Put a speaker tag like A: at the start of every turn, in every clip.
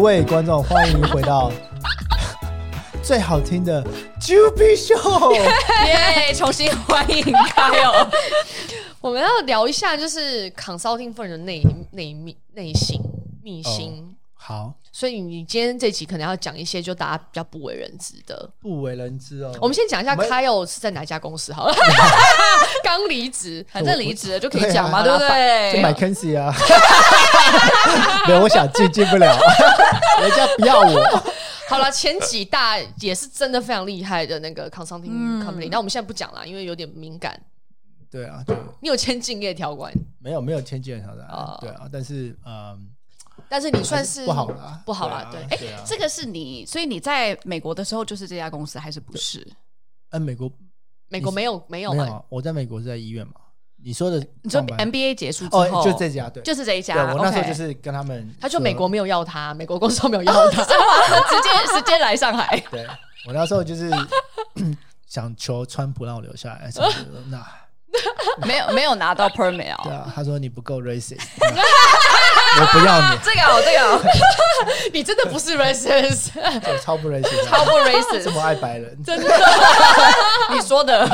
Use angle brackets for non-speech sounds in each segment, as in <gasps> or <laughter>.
A: 位观众，欢迎回 <laughs> 到最好听的 Juby Show。
B: <laughs> 耶！重新欢迎开哦。
C: <laughs> 我们要聊一下，就是 consulting firm 的内内密内心秘辛。
A: 哦好，
C: 所以你今天这集可能要讲一些就大家比较不为人知的。
A: 不为人知哦。
C: 我们先讲一下
A: 我们
C: Kyle 是在哪一家公司好
A: <laughs>
C: 了，刚离职。
B: 反正离职了就可
A: 对啊
B: 以讲嘛，对不
A: 就
B: 对？
A: 买 Kenzie 啊， <laughs> 没有，我想进进不了，人家不要我。
C: 好了，前几大 <laughs> 也是真的非常厉害的那个 consulting company，、那我
A: 嗯
C: 们现在不讲了，因为有点敏感。
A: 对啊，就
C: 你有签敬业条款，
A: 没有没有签进场的
C: 哦
A: 啊，对啊，但是嗯，
C: 但是你算是
A: 不好
B: 嗯
A: 啦，
C: 不好啦，对。
A: 哎
C: 哎，
A: 对啊，
B: 这个是你，所以你在美国的时候就是这家公司还是不是？
A: 嗯，美国
C: 美国没有没有
A: 没有
C: 嘛？
A: 啊，我在美国是在医院嘛。你说的
B: 你说
A: 上班
B: MBA 结束之后，
A: 哦，就这家对，
B: 就是这一
A: 对，
B: 家。
A: 我那时候
B: OK
A: 就是跟他们说，
C: 他就美国没有要他，美国公司都没有要他。
B: 直 <laughs> 接直接来上海。
A: 对我那时候就是 <coughs> 想求川普让我留下来，什么的那
B: 没有没有拿到 permit
A: 对
B: 哦。
A: 啊，他说你不够 racist，我不要你，
B: 这个哦，这个哦，
C: <laughs> 你真的不是 racist，
A: 我超不 racist，
C: 超不
A: 这
C: racist，
A: 么爱白人，
C: <laughs> 真的。
B: 你说
C: <laughs>
B: 的，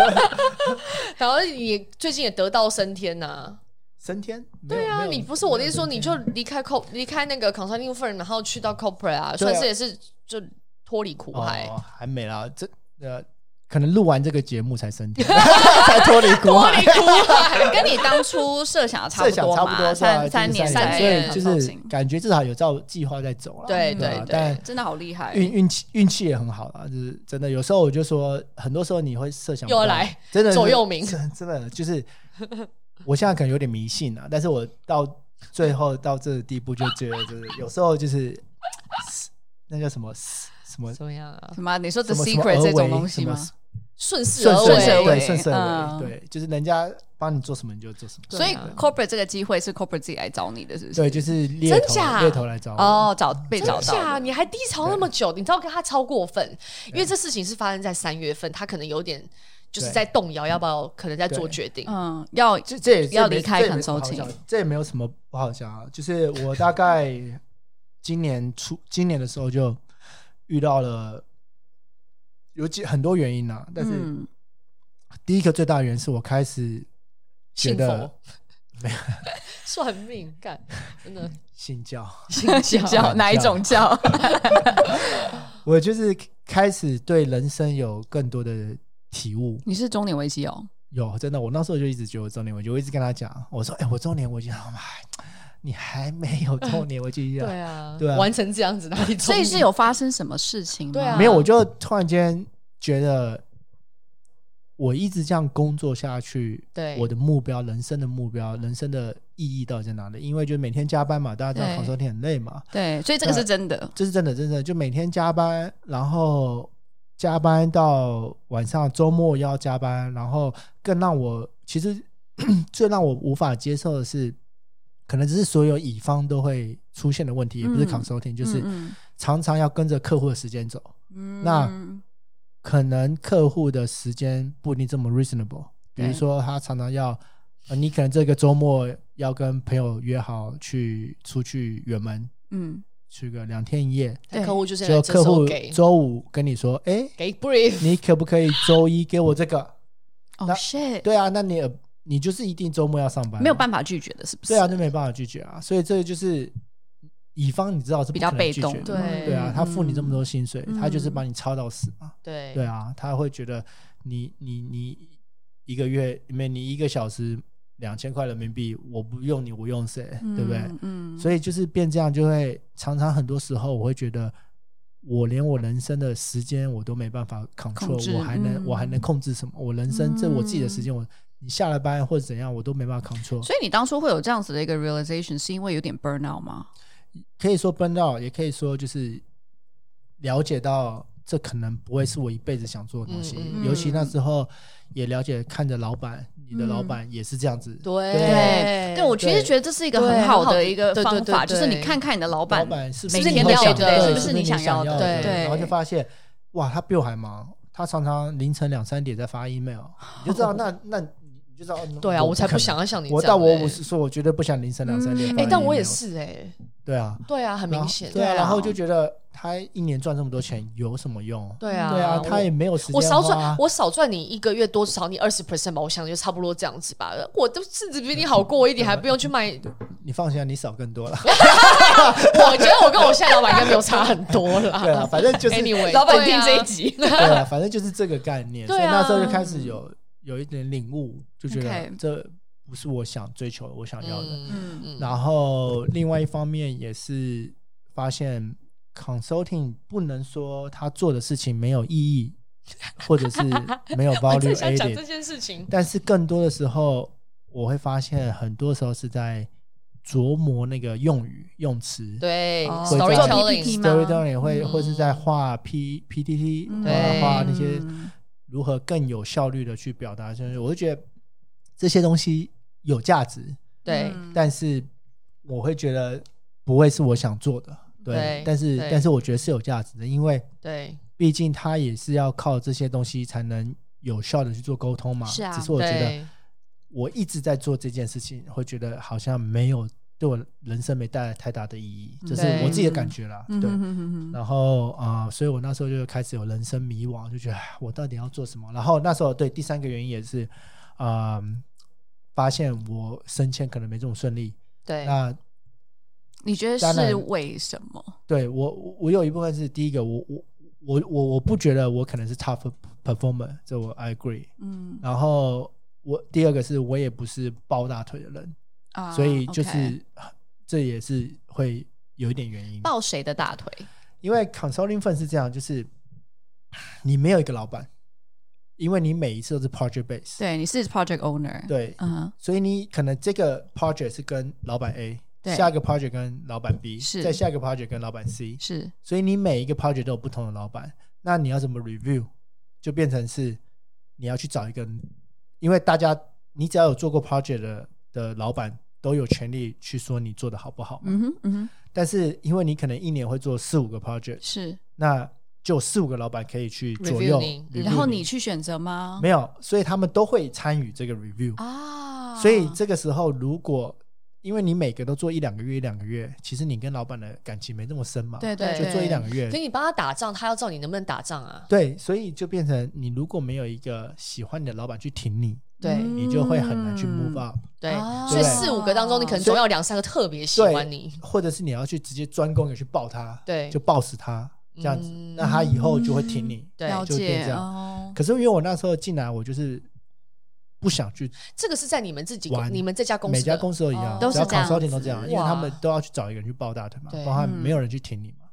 C: 然后你最近也得道升天呐、
A: 升天？没有
C: 对啊，
A: 没有
C: 你不是我的意思说，
A: 没
C: 你
A: 有
C: 就离开 co 离开那个 consulting firm，然后去到 corporate 啊，
A: 对啊
C: 算是也是就脱离苦海。
A: 哦，还没啦，这呃，可能录完这个节目才升天， <laughs> 才脱离苦海。
B: 跟你当初设想的差
A: 这
B: 不
A: 想
B: 多
A: 差不
B: 嘛，
A: 多
B: <laughs> 三
A: 对啊
B: 年
A: 就是
C: 三
B: 在
C: 年
A: 年，所以就是感觉至少有照计划在走了。
C: 对
A: 对
C: 对
A: 啊
C: 对
A: 但，
B: 真的好厉害。
A: 运运气运气也很好啦，就是真的。有时候我就说，很多时候你会设想不到
C: 又来
A: 真的是
C: 左右铭
A: 真真的就是，我现在可能有点迷信了，但是我到最后到这个地步就觉得，就是有时候就是那叫什么什么
C: 怎么样啊？
B: 什么？你说 The
A: 什么什么
B: Secret
A: 而
B: 这种
A: 为
B: 东西
A: 什么
B: 吗？
C: 顺势
A: 顺
C: 而
A: 势
B: 顺势而
C: 为，
A: 对
B: 为
A: 顺势而
B: 嗯
A: 为，对，就是人家帮你做什么你就做什么。
B: 所以
C: 对啊
B: corporate 这个机会是 corporate 自己来找你的，是不是？
A: 对，就是猎
C: 真假
A: 头猎头来找我。
B: 哦，找被
C: 真
B: 找到
C: 假？
B: 的。
C: 你还低潮那么久？你知道跟他超过分，因为这事情是发生在三月份，他可能有点就是
A: 对
C: 在动摇，要不要可能在做决定。
B: 嗯，要
A: 这这也
B: 要离开
A: 这也没什么好
B: consulting
A: 讲这也没有什么不好讲啊。就是我大概今年初今年的时候就遇到了有几很多原因啊，但是
B: 嗯
A: 第一个最大的原因是我开始觉
C: 信
A: 得
C: 佛 <laughs> 算命干，真的
A: 信教，
B: <laughs>
C: 信
B: 教哪一种教？
A: 我就是开始对人生有更多的体悟。
B: 你是中年危机哦，
A: 有真的，我那时候就一直觉得我中年危机，我一直跟他讲，我说：“哎、我中年危机，他妈，你还没有中年危机啊
C: 对啊，
A: <laughs> 对啊
C: 玩成这样子哪里中意？
B: 所以
C: <laughs>
B: 是有发生什么事情吗？
C: 对啊
A: 没有，我就突然间觉得，我一直这样工作下去，
C: 对
A: 我的目标、人生的目标、人生的意义到底在哪里？因为就每天加班嘛，大家知道
B: 对
A: 考试天很累嘛，
B: 对，所以这个是真的。
A: 这是真的，真的就每天加班，然后加班到晚上，周末要加班，然后更让我其实 <clears throat> 最让我无法接受的是，可能只是所有乙方都会出现的问题，也不是
B: 嗯
A: consulting，、就是
B: 嗯
A: 常常要跟着客户的时间走。
B: 嗯
A: 那
B: 嗯
A: 可能客户的时间不一定这么 reasonable，比如
B: 对
A: 说他常常要，呃，你可能这个周末要跟朋友约好去出去远门，
B: 嗯，
A: 去个两天一夜，
C: 但客户就是
A: 结果
C: 这
A: 客
C: 时候
A: 户
C: 给
A: 周五跟你说，哎，
C: 给 brief，
A: 你可不可以周一给我这个？
B: 哦
A: 那
B: shit，
A: 对啊，那你也你就是一定周末要上班，啊
B: 没有办法拒绝的，是不是？
A: 对啊，那没办法拒绝啊，所以这个就是乙方你知道是不
B: 比较
A: 可能
B: 被
A: 拒
B: 动
A: 绝，的
C: 对
A: 对啊，他付你这么多薪水，他就是
B: 嗯
A: 把你操到死嘛。
C: 对
A: 对啊，他会觉得你你你一个月没你一个小时两千块人民币，我不用你，我用谁，
B: 嗯，
A: 对不对？
B: 嗯，
A: 所以就是变这样，就会常常很多时候我会觉得，我连我人生的时间我都没办法
B: 控
A: control，
B: 制
A: 我还能、我还能
B: 嗯
A: 控制什么？我人生这我自己的时间，我你下了班或者怎样，我都没办法 control。
B: 所以你当初会有这样子的一个 realization，是因为有点 burnout 吗？
A: 可以说 burn out，也可以说就是了解到这可能不会是我一辈子想做的东西。
C: 嗯
B: 嗯
A: 尤其那时候也了解看着老板，你的老板也是这样子，
C: 对
A: 对
B: 对我其实
A: 对
B: 觉得这是一个
C: 对
B: 很
C: 很
B: 好
C: 好
B: 的
C: 的
B: 一个
C: 对对
B: 方
C: 对
B: 法，
C: 对
B: 就是你看看你的老
A: 老
B: 板，
A: 板是
B: 每
A: 是
B: 天
A: 会
B: 了
A: 想
B: 解
A: 对
B: 是不
A: 不
B: 是你
A: 你
B: 想要
A: 要
B: 的
C: 对
A: 然后就
B: 对
A: 发现哇，他比我还忙，他常常凌晨两三点在发 email，你就知道那那你你就知道。嗯
C: 对啊，我才
A: 可
C: 不
A: 能
C: 想要像你这样
A: 我
C: 欸。
A: 到我五十岁，我绝对不想凌晨两三点
B: 嗯。
A: 不
C: 哎、
A: 然
C: 但
A: 也
C: 我
A: 没
C: 也
A: 有
C: 是哎、
A: 对啊，
C: 对啊，很
A: 然
C: 明
A: 后
C: 显。
A: 对啊，
B: 对啊
A: 然后就觉得他一年赚这么多钱有什么用？
C: 对啊，
A: 对啊，他
C: 我
A: 也没有时间
C: 我少
A: 花啊
C: 赚，我少赚你一个月多少你二十 percent 吧，我想就差不多这样子吧。我都甚至比你好过
A: <laughs>
C: 一
A: 啊
C: 点，还不用去卖。
A: 你放心啊，你少更多
C: <laughs>
A: 了。
C: 我觉得我跟我现在老板应该没有差很多啦。
A: 对啊，反正就是
C: <laughs> anyway，
B: 老板
C: 对
B: 听
C: 啊
B: 这一集，
A: 对啊，反正就是这个概念。所以
C: 对啊
A: 那时候就开始有有一点领悟，就觉得
B: OK
A: 这不是我想追求的，我想要的。
C: 嗯
B: 嗯
C: 嗯，
A: 然后另外一方面也是发现 consulting 不能说他做的事情没有意义，或者是没
C: <laughs>
A: 有
C: 我
A: value
C: 正想讲这
A: added，
C: 件事情。
A: 但是更多的时候，我会发现很多时候是在琢磨那个用语用词。
C: 对
B: 哦
A: 会这样做
C: ，storytelling，
B: PPT 吗
A: storytelling 会
C: 嗯
A: 或是在画 P P T T，
B: 嗯
C: 对
A: 画那些
B: 嗯
A: 如何更有效率的去表达，就是我就觉得这些东西有价值，
C: 对
B: 嗯
A: 但是我会觉得不会是我想做的，对。
C: 对
A: 但是
C: 对
A: 但是我觉得是有价值的，因为
C: 对
A: 毕竟它也是要靠这些东西才能有效的去做沟通嘛。
B: 是啊
A: 只是我觉得
C: 对，
A: 我一直在做这件事情，会觉得好像没有对我人生没带来太大的意义，这是
C: 对
A: 我自己的感觉啦。
B: 嗯
A: 对。
B: 哼哼哼哼
A: 然后啊、呃所以我那时候就开始有人生迷惘，就觉得唉我到底要做什么？然后那时候对第三个原因也是，啊、发现我升迁可能没这么顺利。
C: 对，
A: 那
B: 你觉得
A: 当然
B: 是为什么？
A: 对我，我我有一部分是第一个，我我我我我不觉得我可能是 top performer，这我 I agree。
B: 嗯
A: 然后我第二个是我也不是抱大腿的人，
B: 啊，
A: 所以就
B: OK
A: 是这也是会有一点原因。
C: 抱谁的大腿？
A: 因为 consulting firm 是这样，就是你没有一个老板，因为你每一次都是 project base，
B: 对，你是 project owner，，
A: 对，
B: 嗯
A: 所以你可能这个 project 是跟老板 A，
B: 对
A: 下一个 project 跟老板 B，
B: 是
A: 再下一个 project 跟老板 C，
B: 是
A: 所以你每一个 project 都有不同的老板，那你要怎么 review，就变成是你要去找一个，因为大家你只要有做过 project 的的老板。都有权利去说你做的好不好，
B: 嗯哼嗯哼
A: 但是因为你可能一年会做四五个 project，
B: 是，
A: 那就有四五个老板可以去左右
C: Review 你
A: review
B: 然后你去选择吗？
A: 没有，所以他们都会参与这个 review。
B: 啊，
A: 所以这个时候，如果因为你每个都做一两个月，一两个月，其实你跟老板的感情没那么深嘛，
B: 对
C: 对
B: 对，
A: 就做一两个
C: 所
A: 月
C: 以。你帮他打仗，他要知道你能不能打仗啊？
A: 对，所以就变成你如果没有一个喜欢你的老板去挺你，
C: 对
B: 嗯
A: 你就会很难去 move up，
C: 对，
B: 啊
C: 所以四五个当中，你可能总
A: 所以
C: 要两三个特别喜欢你。
A: 或者是你要去直接专攻的去抱他，
C: 对
A: 就抱死他这样子，
C: 嗯
A: 那他以后就会挺你。
C: 对
B: 嗯了
A: 就变这
B: 解
A: 样
B: 哦，
A: 可是因为我那时候进来，我就是不想去
C: 这个是在你们自己
A: 玩
C: 你们这家公司
A: 每
C: 的，
A: 家公司都一样
C: 哦，
B: 都是
A: 只要
B: 这样
A: consulting
B: 子
A: 都这样，因为
C: 哇
A: 他们都要去找一个人去抱大腿嘛，
C: 对嗯
A: 包含
B: 嗯
A: 没有人去挺你嘛。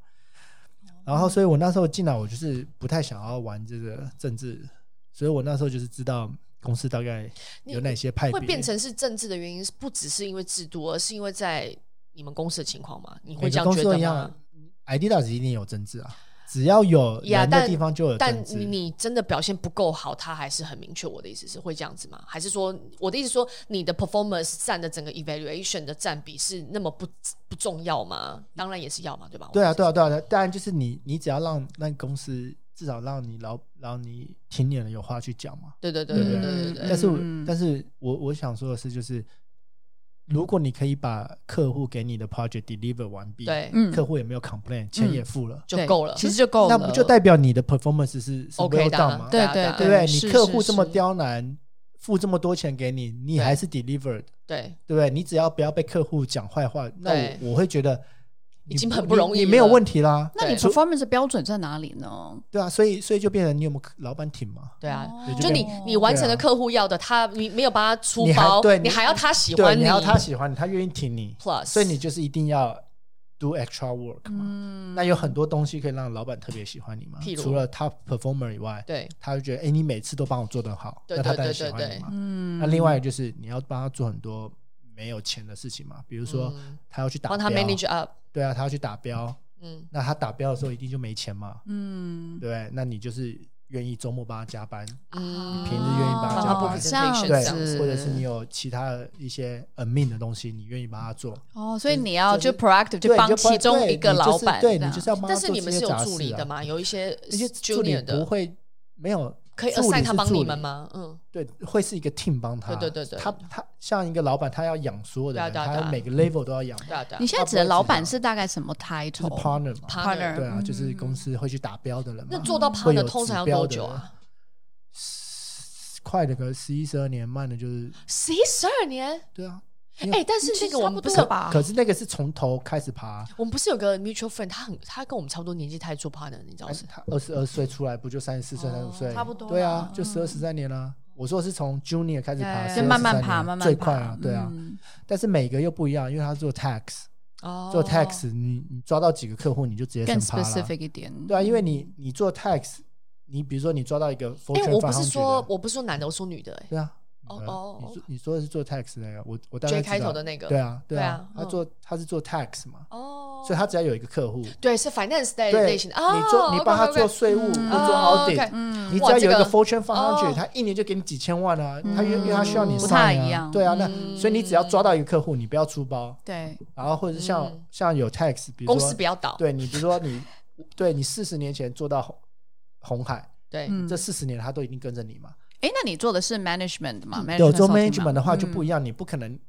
A: 然后，所以我那时候进来，我就是不太想要玩这个政治，所以我那时候就是知道公司大概有哪些派别，
C: 会变成是政治的原因，不只是因为制度，而是因为在你们公司的情况嘛？你会
A: 每个
C: 这样
A: 公
C: 觉
A: 司都
C: 得
A: 一
C: 吗
A: 样？。Adidas 一定有政治啊，只要有
C: 呀
A: 人的
C: 但
A: 地方就有
C: 但
A: 呃政治。
C: 你真的表现不够好，他还是很明确。我的意思是会这样子吗？还是说我的意思说你的 performance 占的整个 evaluation 的占比是那么不不重要吗？当然也是要嘛，对吧？
A: 对啊，对啊，对啊，对啊当然就是你，你只要让让公司至少让你老让你挺你的人有话去讲嘛。
C: 对对对对对对对对
A: 但是我，
B: 嗯
A: 但是我我想说的是，就是如果你可以把客户给你的 project deliver 完毕，，
C: 对，嗯
B: 嗯
A: 客户也没有 complain，钱也付了，
C: 就
B: 对
C: 够了
B: 其实就够
A: 那
B: 了，
A: 不就代表你的 performance 是是
C: OK
A: well
C: 的
A: done
C: 啊
A: 吗？
B: 对
C: 啊
B: 对
C: 啊
A: 对不对，
B: 嗯是
A: 你客户
B: 是
A: 这么
B: 是
A: 刁难，付这么多钱给你，你
C: 对
A: 还是 delivered，
C: 对
A: 对不对？你只要不要被客户讲坏话，那
C: 对
A: 我我会觉得你
C: 已经
A: 不
C: 很不容
A: 你，
C: 易
A: 你没有
C: 了
A: 问题啦。
B: 那你
C: 对
B: performance 的标准在哪里呢？
A: 对啊，所以所以就变成你有没有老板挺嘛？
C: 对啊。
B: 哦
A: 对
C: 就
A: 变
C: 你，你完成了
A: 对啊
C: 客户要的，他你没有帮他出
A: 你还
C: 包，
A: 对
C: 你还要他喜
A: 对，
C: 欢
A: 你要他喜欢你，他愿意挺你，
C: plus，
A: 所以你就是一定要 do extra work 嘛。
B: 嗯，
A: 那有很多东西可以让老板特别喜欢你嘛
C: 譬？如
A: 除了 top performer 以外，
C: 对
A: 他就觉得哎、诶你每次都帮我做得好，
C: 对
A: 那他
C: 对
A: 当然
C: 对
A: 喜欢
C: 对
A: 你嘛。
B: 嗯
A: 那另外一个就是你要帮他做很多没有钱的事情嘛，比如说
C: 嗯
A: 他要去打
C: 帮
A: 标，
C: 他 manage up，
A: 对啊，他要去打标，
C: 嗯，
A: 那他打标的时候一定就没钱嘛，
B: 嗯
A: 对不对？那你就是愿意周末帮他加班，
C: 嗯，
A: 平时愿意把它
B: 哦
A: 加班
B: 这样
C: 是
A: 对
C: 这样子
B: 子，
A: 或者是你有其他的一些 a m i n 的东西，你愿意帮他做，
B: 哦，所以你要
A: 就是
B: 就
A: 对，
B: proactive 就
A: 你就
B: 帮
A: 不
B: 其中
A: 对
B: 一个
A: 你就是
B: 老板，
A: 对
B: 这
A: 你
B: 样
A: 就是要帮他
C: 但是
A: 做
C: 你
A: 这
C: 们
A: 些
C: 是有
A: 杂
C: 助
A: 事
C: 理
A: 啊
C: 的嘛？有一些
A: 那些助理
C: junior
A: 不
C: 的，
A: 会没有
C: 可以
A: 助理
C: assign 他
A: 是
C: 帮
A: 助
C: 你
A: 理
C: 们吗？嗯，
A: 对，会是一个 team 帮他。
C: 对对对对
A: 他他像一个老板，他要养所有的人，
C: 对啊对啊对啊
A: 他每个 level 都要养，
C: 对啊对啊
B: 你，现在指的老板是大概什么 title？
A: 就是 partner 嘛。
C: partner
A: 对啊，
B: 嗯
A: 就是公司会去打标的人嘛。
C: 那做到
A: 会
C: partner
A: 有
C: 通
A: 指
C: 常要
A: 标
C: 多
A: 的
C: 久啊？
A: 快的可能十一十二年，慢的就是
C: 十一十二年？
A: 对啊。因为
C: 哎、但是
B: 其
C: 那
B: 实
C: 个我
B: 差
C: 们
B: 不
C: 不
B: 多
C: 是
B: 了吧？
A: 可是那个是从头开始爬，
C: 我们不是有个 mutual friend，他很他跟我们差不多年纪，他也做 partner，你知道
A: 但
C: 吗
A: 是？他二十二岁出来，不就三十四岁、三
C: 哦
A: 十五岁？
B: 差不多啦
A: 对啊，就
B: 嗯
A: 十二十三年啦。我说的是从 junior 开始爬，
B: 就
A: 12
B: 慢慢
A: 13
B: 爬，
A: 年
B: 慢慢爬
A: 最快啊，对啊。
B: 嗯
A: 但是每个又不一样，因为他做 tax，
C: 哦
A: 做 tax，你你抓到几个客户，你就直接
B: 更
A: 升趴了。
B: specific 一点。
A: 对啊，因为你你做 tax，你比如说你抓到一个 f o r
C: 哎、
A: t u
C: 嗯我不是说我不是说男的，我说女的、哎
A: 对啊，
C: 哦
A: 呃
C: 哦
A: 你说你说的是做 tax 那个，我我大概
C: ，J
A: 知
C: 开头
A: 道
C: 的那个，
A: 对啊，对
C: 对
A: 啊
C: 啊，
A: 他
C: 嗯
A: 做他是做 tax 嘛，
C: 哦，
A: 所以他只要有一个客户，
C: 对是 finance 类
A: 对，
C: 类型的啊，
A: 你做你帮他
C: OK，OK，OK
A: 做税务或
B: 嗯
A: 做
C: 哦
A: audit，
C: ，OK
B: 嗯
A: 你只
C: 哇
A: 要有一
C: 这
A: 个
C: 个
A: Fortune 500，、
C: 哦
A: 他一年就给你几千万啊，
B: 嗯
A: 他因为因为他需要你
B: 不
A: sign 啊
B: 太一样
A: 对啊，那、
C: 嗯
A: 所以你只要抓到一个客户，你不要出包，
B: 对，
A: 然后或者是像、
C: 嗯
A: 像有 tax，比如
C: 公司
A: 说
C: 不要倒，
A: 对你，比如说你对你四十年前做到红红海，
C: 对
B: 嗯
A: 这，四十年他都一定跟着你嘛。
B: 哎，那你做的是啊 management 嘛？
A: 嗯有做
B: consulting 嗯嘛
A: management 的话就不一样，你不可能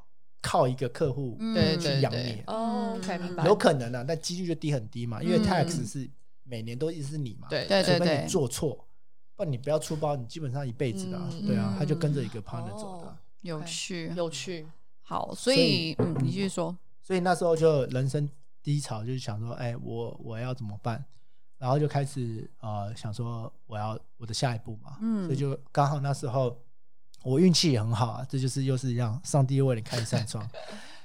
A: 靠一个客户，
B: 嗯
C: 对
A: 去
C: 对
A: 养
C: 对
A: 你，
C: 哦，OK
B: 嗯
C: 明白，
A: 有可能啊，但几率就低很低嘛，因为
B: 嗯
A: tax 是每年都一直是你嘛，
C: 对
B: 对
A: 除
B: 对
A: 非
B: 对
A: 你，做错，不然你不要出包，你基本上一辈子的啊、
C: 嗯
A: 对啊
B: 嗯，
A: 他就跟着一个 partner 走的啊、
C: 哦
B: 有趣，
C: 有趣，
B: 好，所以嗯，你继续说，
A: 所以那时候就人生低潮，就是想说，哎，我我要怎么办？然后就开始呃想说我要我的下一步嘛，
B: 嗯
A: 所以就刚好那时候我运气也很好啊，这就是又是一样，上帝为你开一扇窗，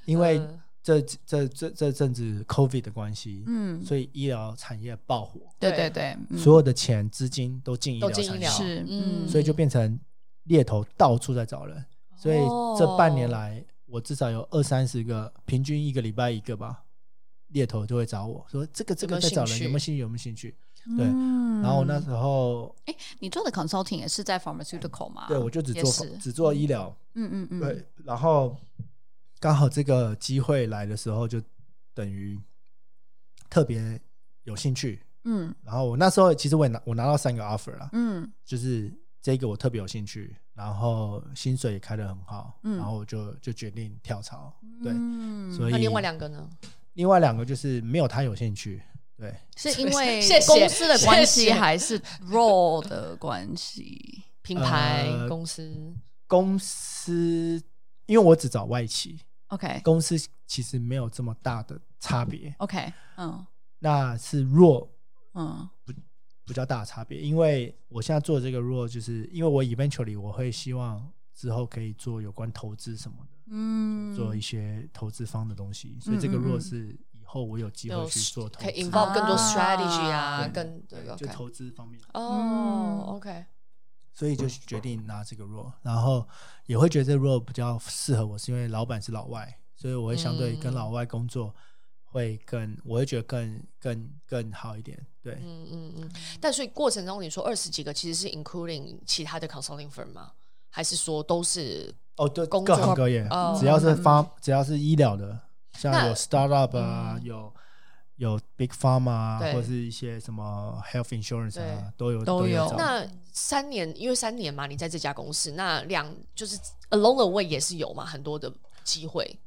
A: 因为
C: <laughs> 嗯
A: 这这这这阵子 COVID 的关系，
B: 嗯，
A: 所以医疗产业爆火，
B: 对
C: 对
B: 对对，嗯
A: 所有的钱资金都进医疗
C: 都进医
A: 产业，
C: 疗
B: 是嗯，
A: 所以就变成猎头到处在找人。所以这半年来，我至少有二三十个，平均一个礼拜一个吧，猎头就会找我说这个这个
C: 有没有
A: 在找人，
C: 兴趣
A: 有没有兴趣？有没有兴趣？对
B: 嗯
A: 然后我那时候，
B: 哎，你做的 consulting 也是在 pharmaceutical 嘛？
A: 对我就只
B: 啊也
A: 做
B: 是
A: 只做医疗，
B: 嗯嗯嗯，
A: 对，然后刚好这个机会来的时候，就等于特别有兴趣。
B: 嗯
A: 然后我那时候其实我也拿我拿到三个 offer 了，
B: 嗯
A: 就是这个我特别有兴趣，然后薪水也开得很好，
B: 嗯
A: 然后我就就决定跳槽。对，
B: 嗯，
A: 所以
C: 那另外两个呢？
A: 另外两个就是没有他有兴趣，对，
B: 是因为
C: 谢谢
B: 公司的关
C: 谢
B: 系
C: 谢
B: 还是 role 的
A: <laughs>
B: 关系？
C: 品牌
A: 呃
C: 公司
A: 公司因为我只找外企，
B: OK
A: 公司其实没有这么大的差别，
B: OK，嗯
A: 那是弱
B: 嗯
A: 比较大的差别，因为我现在做这个弱，就是因为我 eventually 我会希望之后可以做有关投资什么的，
B: 嗯，
A: 做一些投资方的东西，所以这个
B: 嗯嗯
A: 弱
B: 嗯
A: 是以后我有机会
C: 有
A: 去做投
C: 可以
A: 资。
C: involve 更多
B: 啊
C: strategy 啊，
A: 对
C: 更对
A: 就
C: OK
A: 投资方面，
B: 嗯
C: 哦，OK，
A: 所以就决定拿这个 role，然后也会觉得这个 role 比较适合我，是因为老板是老外，所以我会相对
C: 嗯
A: 跟老外工作会更，我会觉得更更更好一点。对，
C: 嗯嗯嗯。但所以过程中你说二十几个其实是 including 其他的 consulting firm 吗？还是说都是
A: 哦，对，
C: 工
A: 各
C: 作
A: 行各业，
C: 哦
A: 只要是发，只要是医疗的，像
C: 那
A: 有 startup 啊，
C: 嗯
A: 有有 big pharma 啊，
C: 对
A: 或是一些什么 health insurance 啊
C: 对，
A: 都有
B: 都有
A: 有找。
C: 那三年？因为三年嘛，你在这家公司，那两就是 along the way 也是有嘛，很多的机会。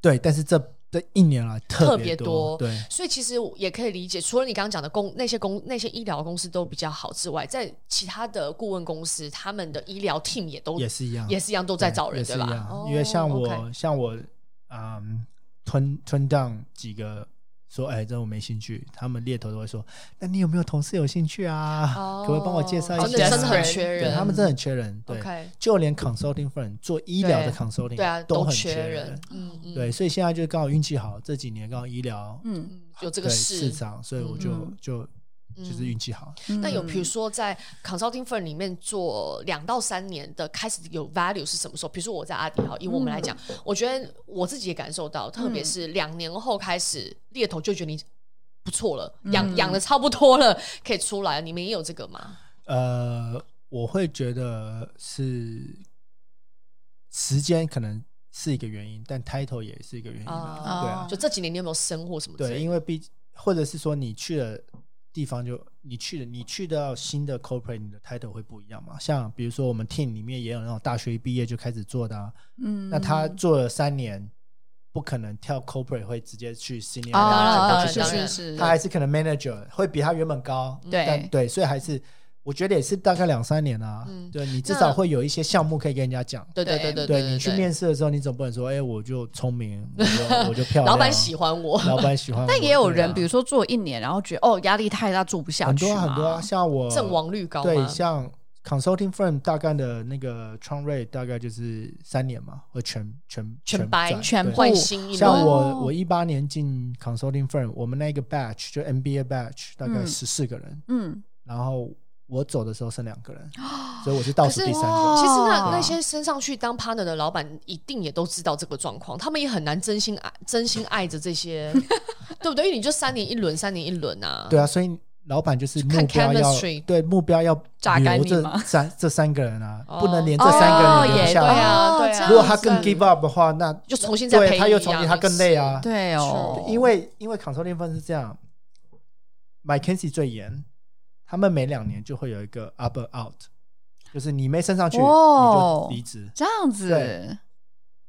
A: 对，但是这这一年来
C: 特
A: 别
C: 别
A: 多，
C: 多
A: 对，
C: 所以其实也可以理解，除了你刚刚讲的公那些公那些医疗公司都比较好之外，在其他的顾问公司，他们的医疗 team 也都
A: 也是一样，
C: 也是一样都在找人，
A: 也是
C: 对
A: 一
C: 吧？
A: 样
C: 哦，
A: 因为像我、
C: OK
A: 像我，嗯，吞吞 down 几个说，哎，这我没兴趣，他们猎头都会说，那你有没有同事有兴趣啊？
C: 哦
A: 可不可以帮我介绍一
B: 哦
A: 下？
B: 那真的很
C: 缺人
A: 对他们真的很缺人，对。
C: OK，
A: 就连 consulting firm 做医疗的
C: 对
A: consulting
C: 对啊，
A: 很
C: 缺
A: 人，，
C: 嗯嗯，
A: 对，所以现在就刚好运气好，这几年刚好医疗
B: 嗯，
C: 嗯，有这
A: 这
C: 个
A: 市
C: 市。
A: 场，所以我就
B: 嗯
A: 就就是运气好，
C: 那有，比如说
B: 说
C: 在 consulting firm 里面做两到三年的，开始有 value 是什么时候？比如说我在阿迪好，以我们来讲，我觉得我自己也感受到，特别是两年后开始，猎头就觉得你不错了，养养的差不多了，可以出来了。你们也有这个吗？
A: 呃，我会觉得是时间可能是一个原因，但 title 也是一个原因啊
C: 啊
A: 对啊，
C: 就这几年你有没有生或什么之类的？
A: 对，因为毕或者是说你去了地方就你去的，你去到新的 corporate，你的 title 会不一样嘛？像比如说我们 team 里面也有那种大学一毕业就开始做的、啊，
B: 嗯，
A: 那他做了三年，不可能跳 corporate 会直接去 senior，
B: 啊，当然
A: manager
B: 当
A: 就
B: 然
A: 是
B: 当
C: 是
B: 然
C: 是
B: 是，
A: 他还是可能 manager 会比他原本高，但
B: 对
A: 对，所以还是我觉得也是大概两三年啊，
C: 嗯
A: 对你至少
C: 那
A: 会有一些项目可以跟人家讲。
C: 对对对
B: 对
C: 对
A: 对
C: 对，
A: 你去面试的时候，你总不能说，哎、我就聪
C: <laughs>
A: 明，我就我就漂亮，啊
C: 老板喜
A: <laughs>
C: 欢我，
A: 老板喜欢我。
B: 但也有人，
A: 对啊
B: 比如说做一年，然后觉得哦压力太大，做不下
A: 很
B: 去
A: 多啊很多啊，
B: 嘛
A: 像我
C: 阵亡啊率高
A: 对，
C: 吗？
A: 像 consulting firm 大概的那个 t r u n rate 大概就是三年嘛，会全全
C: 全白
A: 转
B: 全
A: 对
B: 部
C: 换新一
A: 像
C: 轮，
A: 我
B: 哦
A: 我一八年进 consulting firm，我们那个 batch 就 MBA batch 大概
B: 嗯
A: 十四个人，
B: 嗯，
A: 然后我走的时候剩两个人，所以我是倒数
C: 可是
A: 第三
B: 哇
A: 个。
C: 其实那
B: 哦
C: 那些升上去当 partner 的老板，一定也都知道这个状况，他们也很难真心爱、真心爱着这些， <laughs> 对不对？因为你就三年一轮，三年一轮啊。
A: 对啊，所以老板就是目标
C: 看
A: 要
C: chemistry
A: 对目标要
B: 榨干
A: 留
B: 你
A: 这
B: 吗
A: 三这三个人
C: <laughs>
A: 啊，
C: 哦
A: 不能连这三个
B: 哦
A: 人留
B: 也
A: 下
C: 对
A: 来。
C: 啊，
B: 哦
C: 对
B: 这
C: 啊。
B: 样
A: 如果他更
B: 子
A: give up 的话，那
C: 就重新再培
A: 对
C: 养
A: 他又重新他更累啊。
B: 对哦，
A: 因为因为 consulting firm 是这样，McKinsey 最严，他们每两年就会有一个 up or out，就是你没升上去、
B: 哦
A: 你就离职。
B: 这样子
A: 对，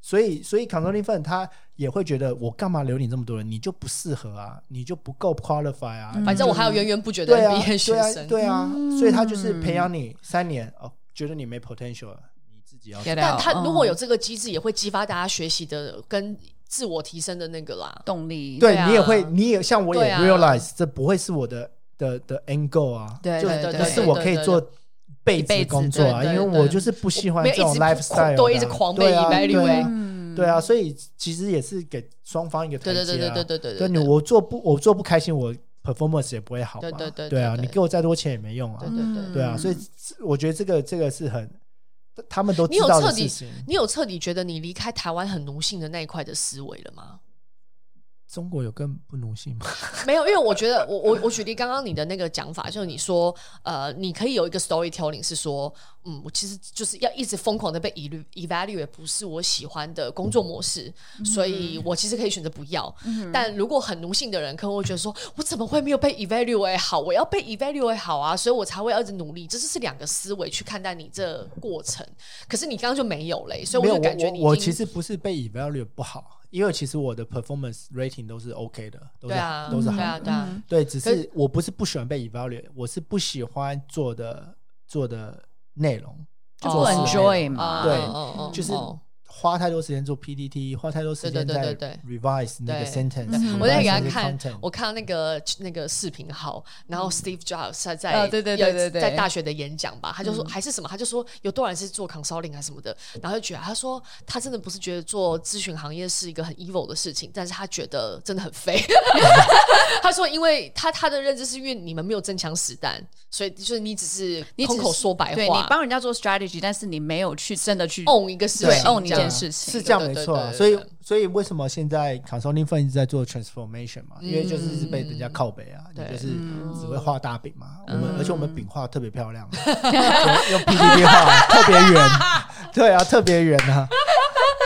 A: 所以所以 consulting firm 他也会觉得我干嘛留你这么多人，你就不适合啊，你就不够 qualify 啊。
B: 嗯
C: 反正我还有源源不绝的
A: 对啊，
C: 毕业学
A: 对啊，
C: 生，
A: 对啊，
B: 嗯
A: 所以他就是培养你三年哦，觉得你没 potential，了你自己要
B: Get
C: 但
B: out，
C: 他如果
B: 嗯
C: 有这个机制，也会激发大家学习的跟自我提升的那个啦。
B: 动力，
A: 对
C: 对啊
A: 你也会，你也像我也
C: 对啊
A: realize 这不会是我的的的 end goal 啊，
B: 对
A: 就
B: 对
A: 是
B: 对
A: 不是我可以做辈
B: 一辈
A: 子
B: 子
A: 工作啊，
C: 对
A: 因
C: 对
A: 为
C: 对
A: 我就是不喜欢
C: 没
A: 这
C: 有
A: 种
C: 一直
A: lifestyle，
C: 对
A: 的啊
C: 一直狂
A: 对啊
C: 被
A: 对啊
C: evaluate
B: 嗯
A: 对啊，所以其实也是给双方一个台
C: 对
A: 阶
C: 对
A: 啊，
C: 对对对对对
A: 对你我做不我做不开心，我 performance 也不会好嘛，
C: 对对对对
A: 啊，
C: 对
A: 你给我再多钱也没用啊
C: 对，对对
B: 嗯
A: 对啊，所以我觉得这个这个是很他们都
C: 你
A: 知
C: 有
A: 道
C: 彻
A: 的
C: 底
A: 事情，
C: 你有彻底觉得你离开台湾很奴性的那一块的思维了吗？
A: 中国有更不奴性吗？
C: <laughs> 没有，因为我觉得我我我举例刚刚你的那个讲法，就是你说呃，你可以有一个 storytelling 是说，嗯，我其实就是要一直疯狂的被 evalu- evaluate，不是我喜欢的工作模式，
B: 嗯
C: 所以我其实可以选择不要。但如果很奴性的人，可能会觉得说，我怎么会没有被 evaluate 好？我要被 evaluate 好啊，所以我才会要一直努力。这就是两个思维去看待你这过程。可是你刚刚就没有嘞，所以
A: 没
C: 我
A: 有，
C: 就感觉你已
A: 我我
C: 经
A: 其实不是被 evaluate 不好，因为其实我的 performance rating 都是 OK 的，都是
C: 对啊，
A: 都是好
C: 对
A: 的。
C: 啊，对啊。
B: 嗯
A: 对，只
C: 可
A: 是我不是不喜欢被 evaluate，我是不喜欢做的做的内容，
B: 就
A: 做
B: 不
A: 事内容
B: enjoy
C: 哦
B: 嘛，
A: 对
C: 哦哦
A: 就是
C: 哦
A: 花太多时间做 PPT，花太多时间
C: 对对对
A: 在
C: 对
A: revise 那个
C: 对嗯
A: sentence
B: 对
A: revise
C: 我在给他
A: 那个
C: 看
A: content，
C: 我看到那个那个视频号，然后 Steve Jobs 他在、
B: 嗯呃对对对对对嗯
C: 在大学的演讲吧，他就说、还是什么，他就说有多少人是做 consulting 啊什么的，然后就觉得他说他真的不是觉得做咨询行业是一个很 evil 的事情，但是他觉得真的很废。 <laughs> 他说，因为他他的认知是因为你们没有真枪实弹，所以就是你只是
B: 你只
C: 空
B: 是
C: 口说白
B: 对你
C: 话
B: 帮人家做 strategy，但是你没有去真的去
A: 哦
C: own 一个事情
B: 对，own
C: 这
B: 一
C: 样
B: 件事情
A: 是这样
C: 对
A: 没
C: 对
A: 错啊。
C: 对
A: 所
C: 对
A: 以所以为什么现在 consulting firm 一直在做 transformation 嘛？因为就是一直被人家靠北啊，你
C: 嗯对
A: 就是
B: 嗯
A: 只会画大饼嘛。我们
C: 嗯
A: 而且我们饼画得特别漂亮
C: <laughs>
A: 啊，用用 PPT 画特别圆， <laughs> 对啊，特别圆啊，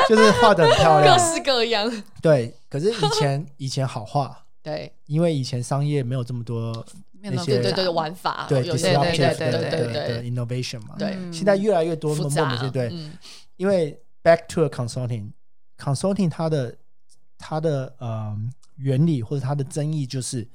A: 就是画的很漂亮
C: <laughs>
B: 啊
C: 各。式各样，
A: 对，可是以前以前好画，
C: 对
A: 因为以前商业没有这么多
B: 没
A: 那
B: 有那么
A: 些
C: 对对对，玩法
A: 对
C: 有
A: d i
C: 一
A: s r
C: 些
A: u
C: 对
A: p t i
C: 对
A: v
C: 对
A: 的的
C: 对
A: 的
C: 对
A: innovation 嘛。
C: 对
B: 嗯
A: 现在越来越多
C: 对，复
A: 莫
C: 杂
A: 名其妙对，
C: 嗯
A: 因为 back to consulting，consulting consulting 它的它的呃原理或者它的争议就是，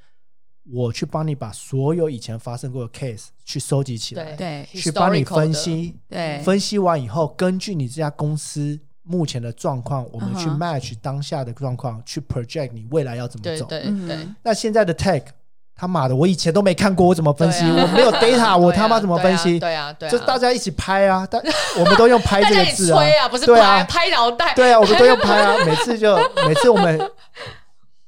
A: 我去帮你把所有以前发生过的 case 去收集起来，
B: 对
A: 去帮你
C: historical
A: 分
C: 的
A: 析，
B: 对
A: 分析完以后，根据你这家公司目前的状况，我们去
B: 嗯哼
A: match 当下的状况，去 project 你未来要怎么
C: 对
A: 走。
C: 对
B: 嗯
C: 对，
A: 那现在的 tech，他妈的，我以前都没看过，我怎么分析？
C: 对啊
A: 我没有
C: <laughs>
A: data，我
C: 对啊
A: 他妈怎么分析？
C: 对啊，对啊，
A: 就大家一起拍啊，但我们都用“拍”
C: <laughs> 大
A: 这
C: 家
A: 个
C: 也
A: 字啊
C: 吹，啊，不是
A: 对
C: 拍
A: 啊
C: 拍脑袋，
A: 对啊，我们都用拍啊，每次 <laughs> 就每次我们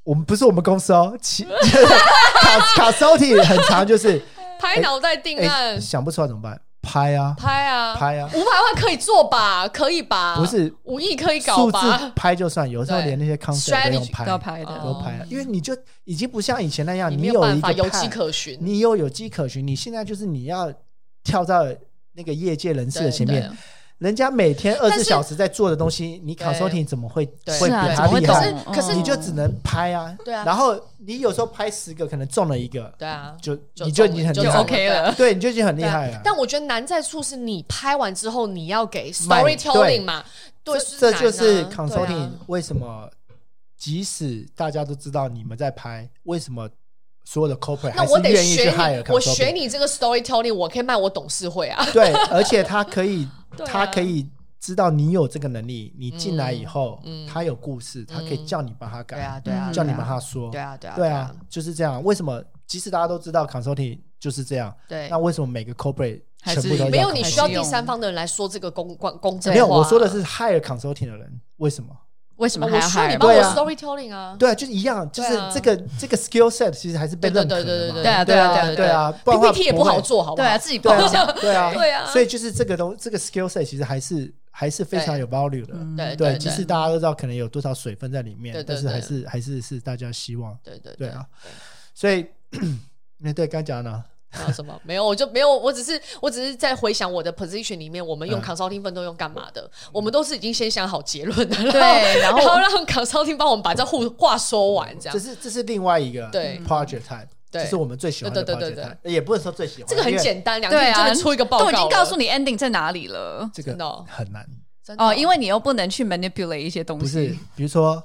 A: 我们不是我们公司哦，其 <laughs> 卡卡 s o t i 很长，
C: <laughs>
A: 就是
C: 拍脑袋定
A: 哎、
C: 案，
A: 想不出来怎么办？拍啊，
C: 拍啊，
A: 拍啊
C: 五百万可以做吧？可以吧？
A: 不是
C: 五亿可以搞
A: 数字
C: 吧？
A: 拍就算，有时候
C: 对
A: 连那些 concept 都用
C: Strategy
A: 拍，
B: 要拍的哦
A: 都拍啊，因为你就已经不像以前那样，
C: 你
A: 你
C: 没有办
A: 一
C: 法
A: 个
C: 有迹
A: plan，
C: 可循，
A: 你有有迹可循，你现在就是你要跳到那个业界人士的前面
C: 对。
A: 人家每天二十
C: 但是
A: 小时在做的东西，你
C: 对
A: consulting 怎么会
C: 对
A: 会比
B: 是啊，
A: 他
B: 怎么会
A: 厉
B: 懂
A: 害？
B: 嗯
C: 可是
A: 你就只能拍啊，
C: 对啊
A: 然后你有时候拍十个，可能中了一个，
C: 对啊，
A: 就
C: 就
A: 你就已
C: 中
A: 经很
C: 就
A: 厉
B: 就
A: 害了，
B: OK 了。
A: 对，你就已经很厉
C: 对啊
A: 害了。
C: 但我觉得难在处是你拍完之后，你要给
A: 卖
C: storytelling 嘛，对，
A: 这这
C: 难啊
A: 就是
C: 对啊
A: consulting 为什么，即使大家都知道你们在拍，为什么所有的 corporate
C: 那
A: 还是
C: 我得
A: 愿意去
C: 学
A: hire
C: 你，我学
A: consulting？
C: 你这个 storytelling，我可以卖我董事会啊。
A: <laughs> 对，而且他可以，
C: 对啊
A: 他可以知道你有这个能力，你进来以后，
C: 嗯
A: 他有故事，他可以叫你帮他改，
C: 对啊，对啊，
A: 叫你
C: 对啊
A: 帮他说，
C: 对啊，对啊，
A: 对啊，，就是这样。为什么即使大家都知道 consulting 就是这样，
C: 对
A: 那。为什么每个 corporate
B: 还
A: 全
B: 是
A: 部都要
C: 没有，你
A: consulting？
C: 需要第三方的人来说这个公关公正
A: 没有，
C: 话
A: 我说的是 hire consulting 的人，为什么？
B: 为什么
C: 我
B: 还要
C: 需要
B: 害
C: 你帮我
A: 对啊
C: storytelling 啊。
A: 对啊，就是一样，就是
C: 对啊
A: 这个、这个 skill set 其实还是被认可的嘛。
C: 对
B: 对啊，
A: 对
B: 啊，
A: 啊，
B: 对
A: 对
B: 啊，
A: 啊不然的话
C: PPT 也不好做，好不
B: 对
C: 好
B: 啊，？自己跟我讲，
A: 对啊，
C: <laughs> 对啊
A: 所以就是这个东这个 skill set 其实还是还是非常有 value 的。
B: 嗯
C: 对
A: 对，
C: 对，
A: 即使大家都知道可能有多少水分在里面
C: 对，对
A: 但是
C: 对
A: 还是还是是大家希望。
C: 对对
A: 对啊，所以， <clears throat> 那对刚讲呢，
C: 还有什么？没有，我就没有，我只是我只是在回想我的 position 里面，我们用
A: 嗯
C: consulting 分都用干嘛的？我们都是已经先想好结论的，
A: 啊
B: 对
C: 然
B: 啊然
C: 后
B: 后
C: 然后让 consulting 帮我们把这话话说完，
A: 这
C: 这样。
A: 是这是另外一个
C: 对
A: project type，
C: 对
A: 这是我们最喜欢的
C: 对对对
A: project
C: 对
A: type，也不能说最喜欢，
C: 这个很
A: 因为
C: 简单，两
B: 对
C: 天就
B: 啊，
C: 能出一个报告
B: 都
C: 了。
B: 已经告诉你 ending 在哪里了。
A: 这
C: 真的
A: 个
C: 哦
A: 很难，
C: 真的
B: 哦，因为你又不能去 manipulate 一些东
A: 不是
B: 西，？
A: 比如说，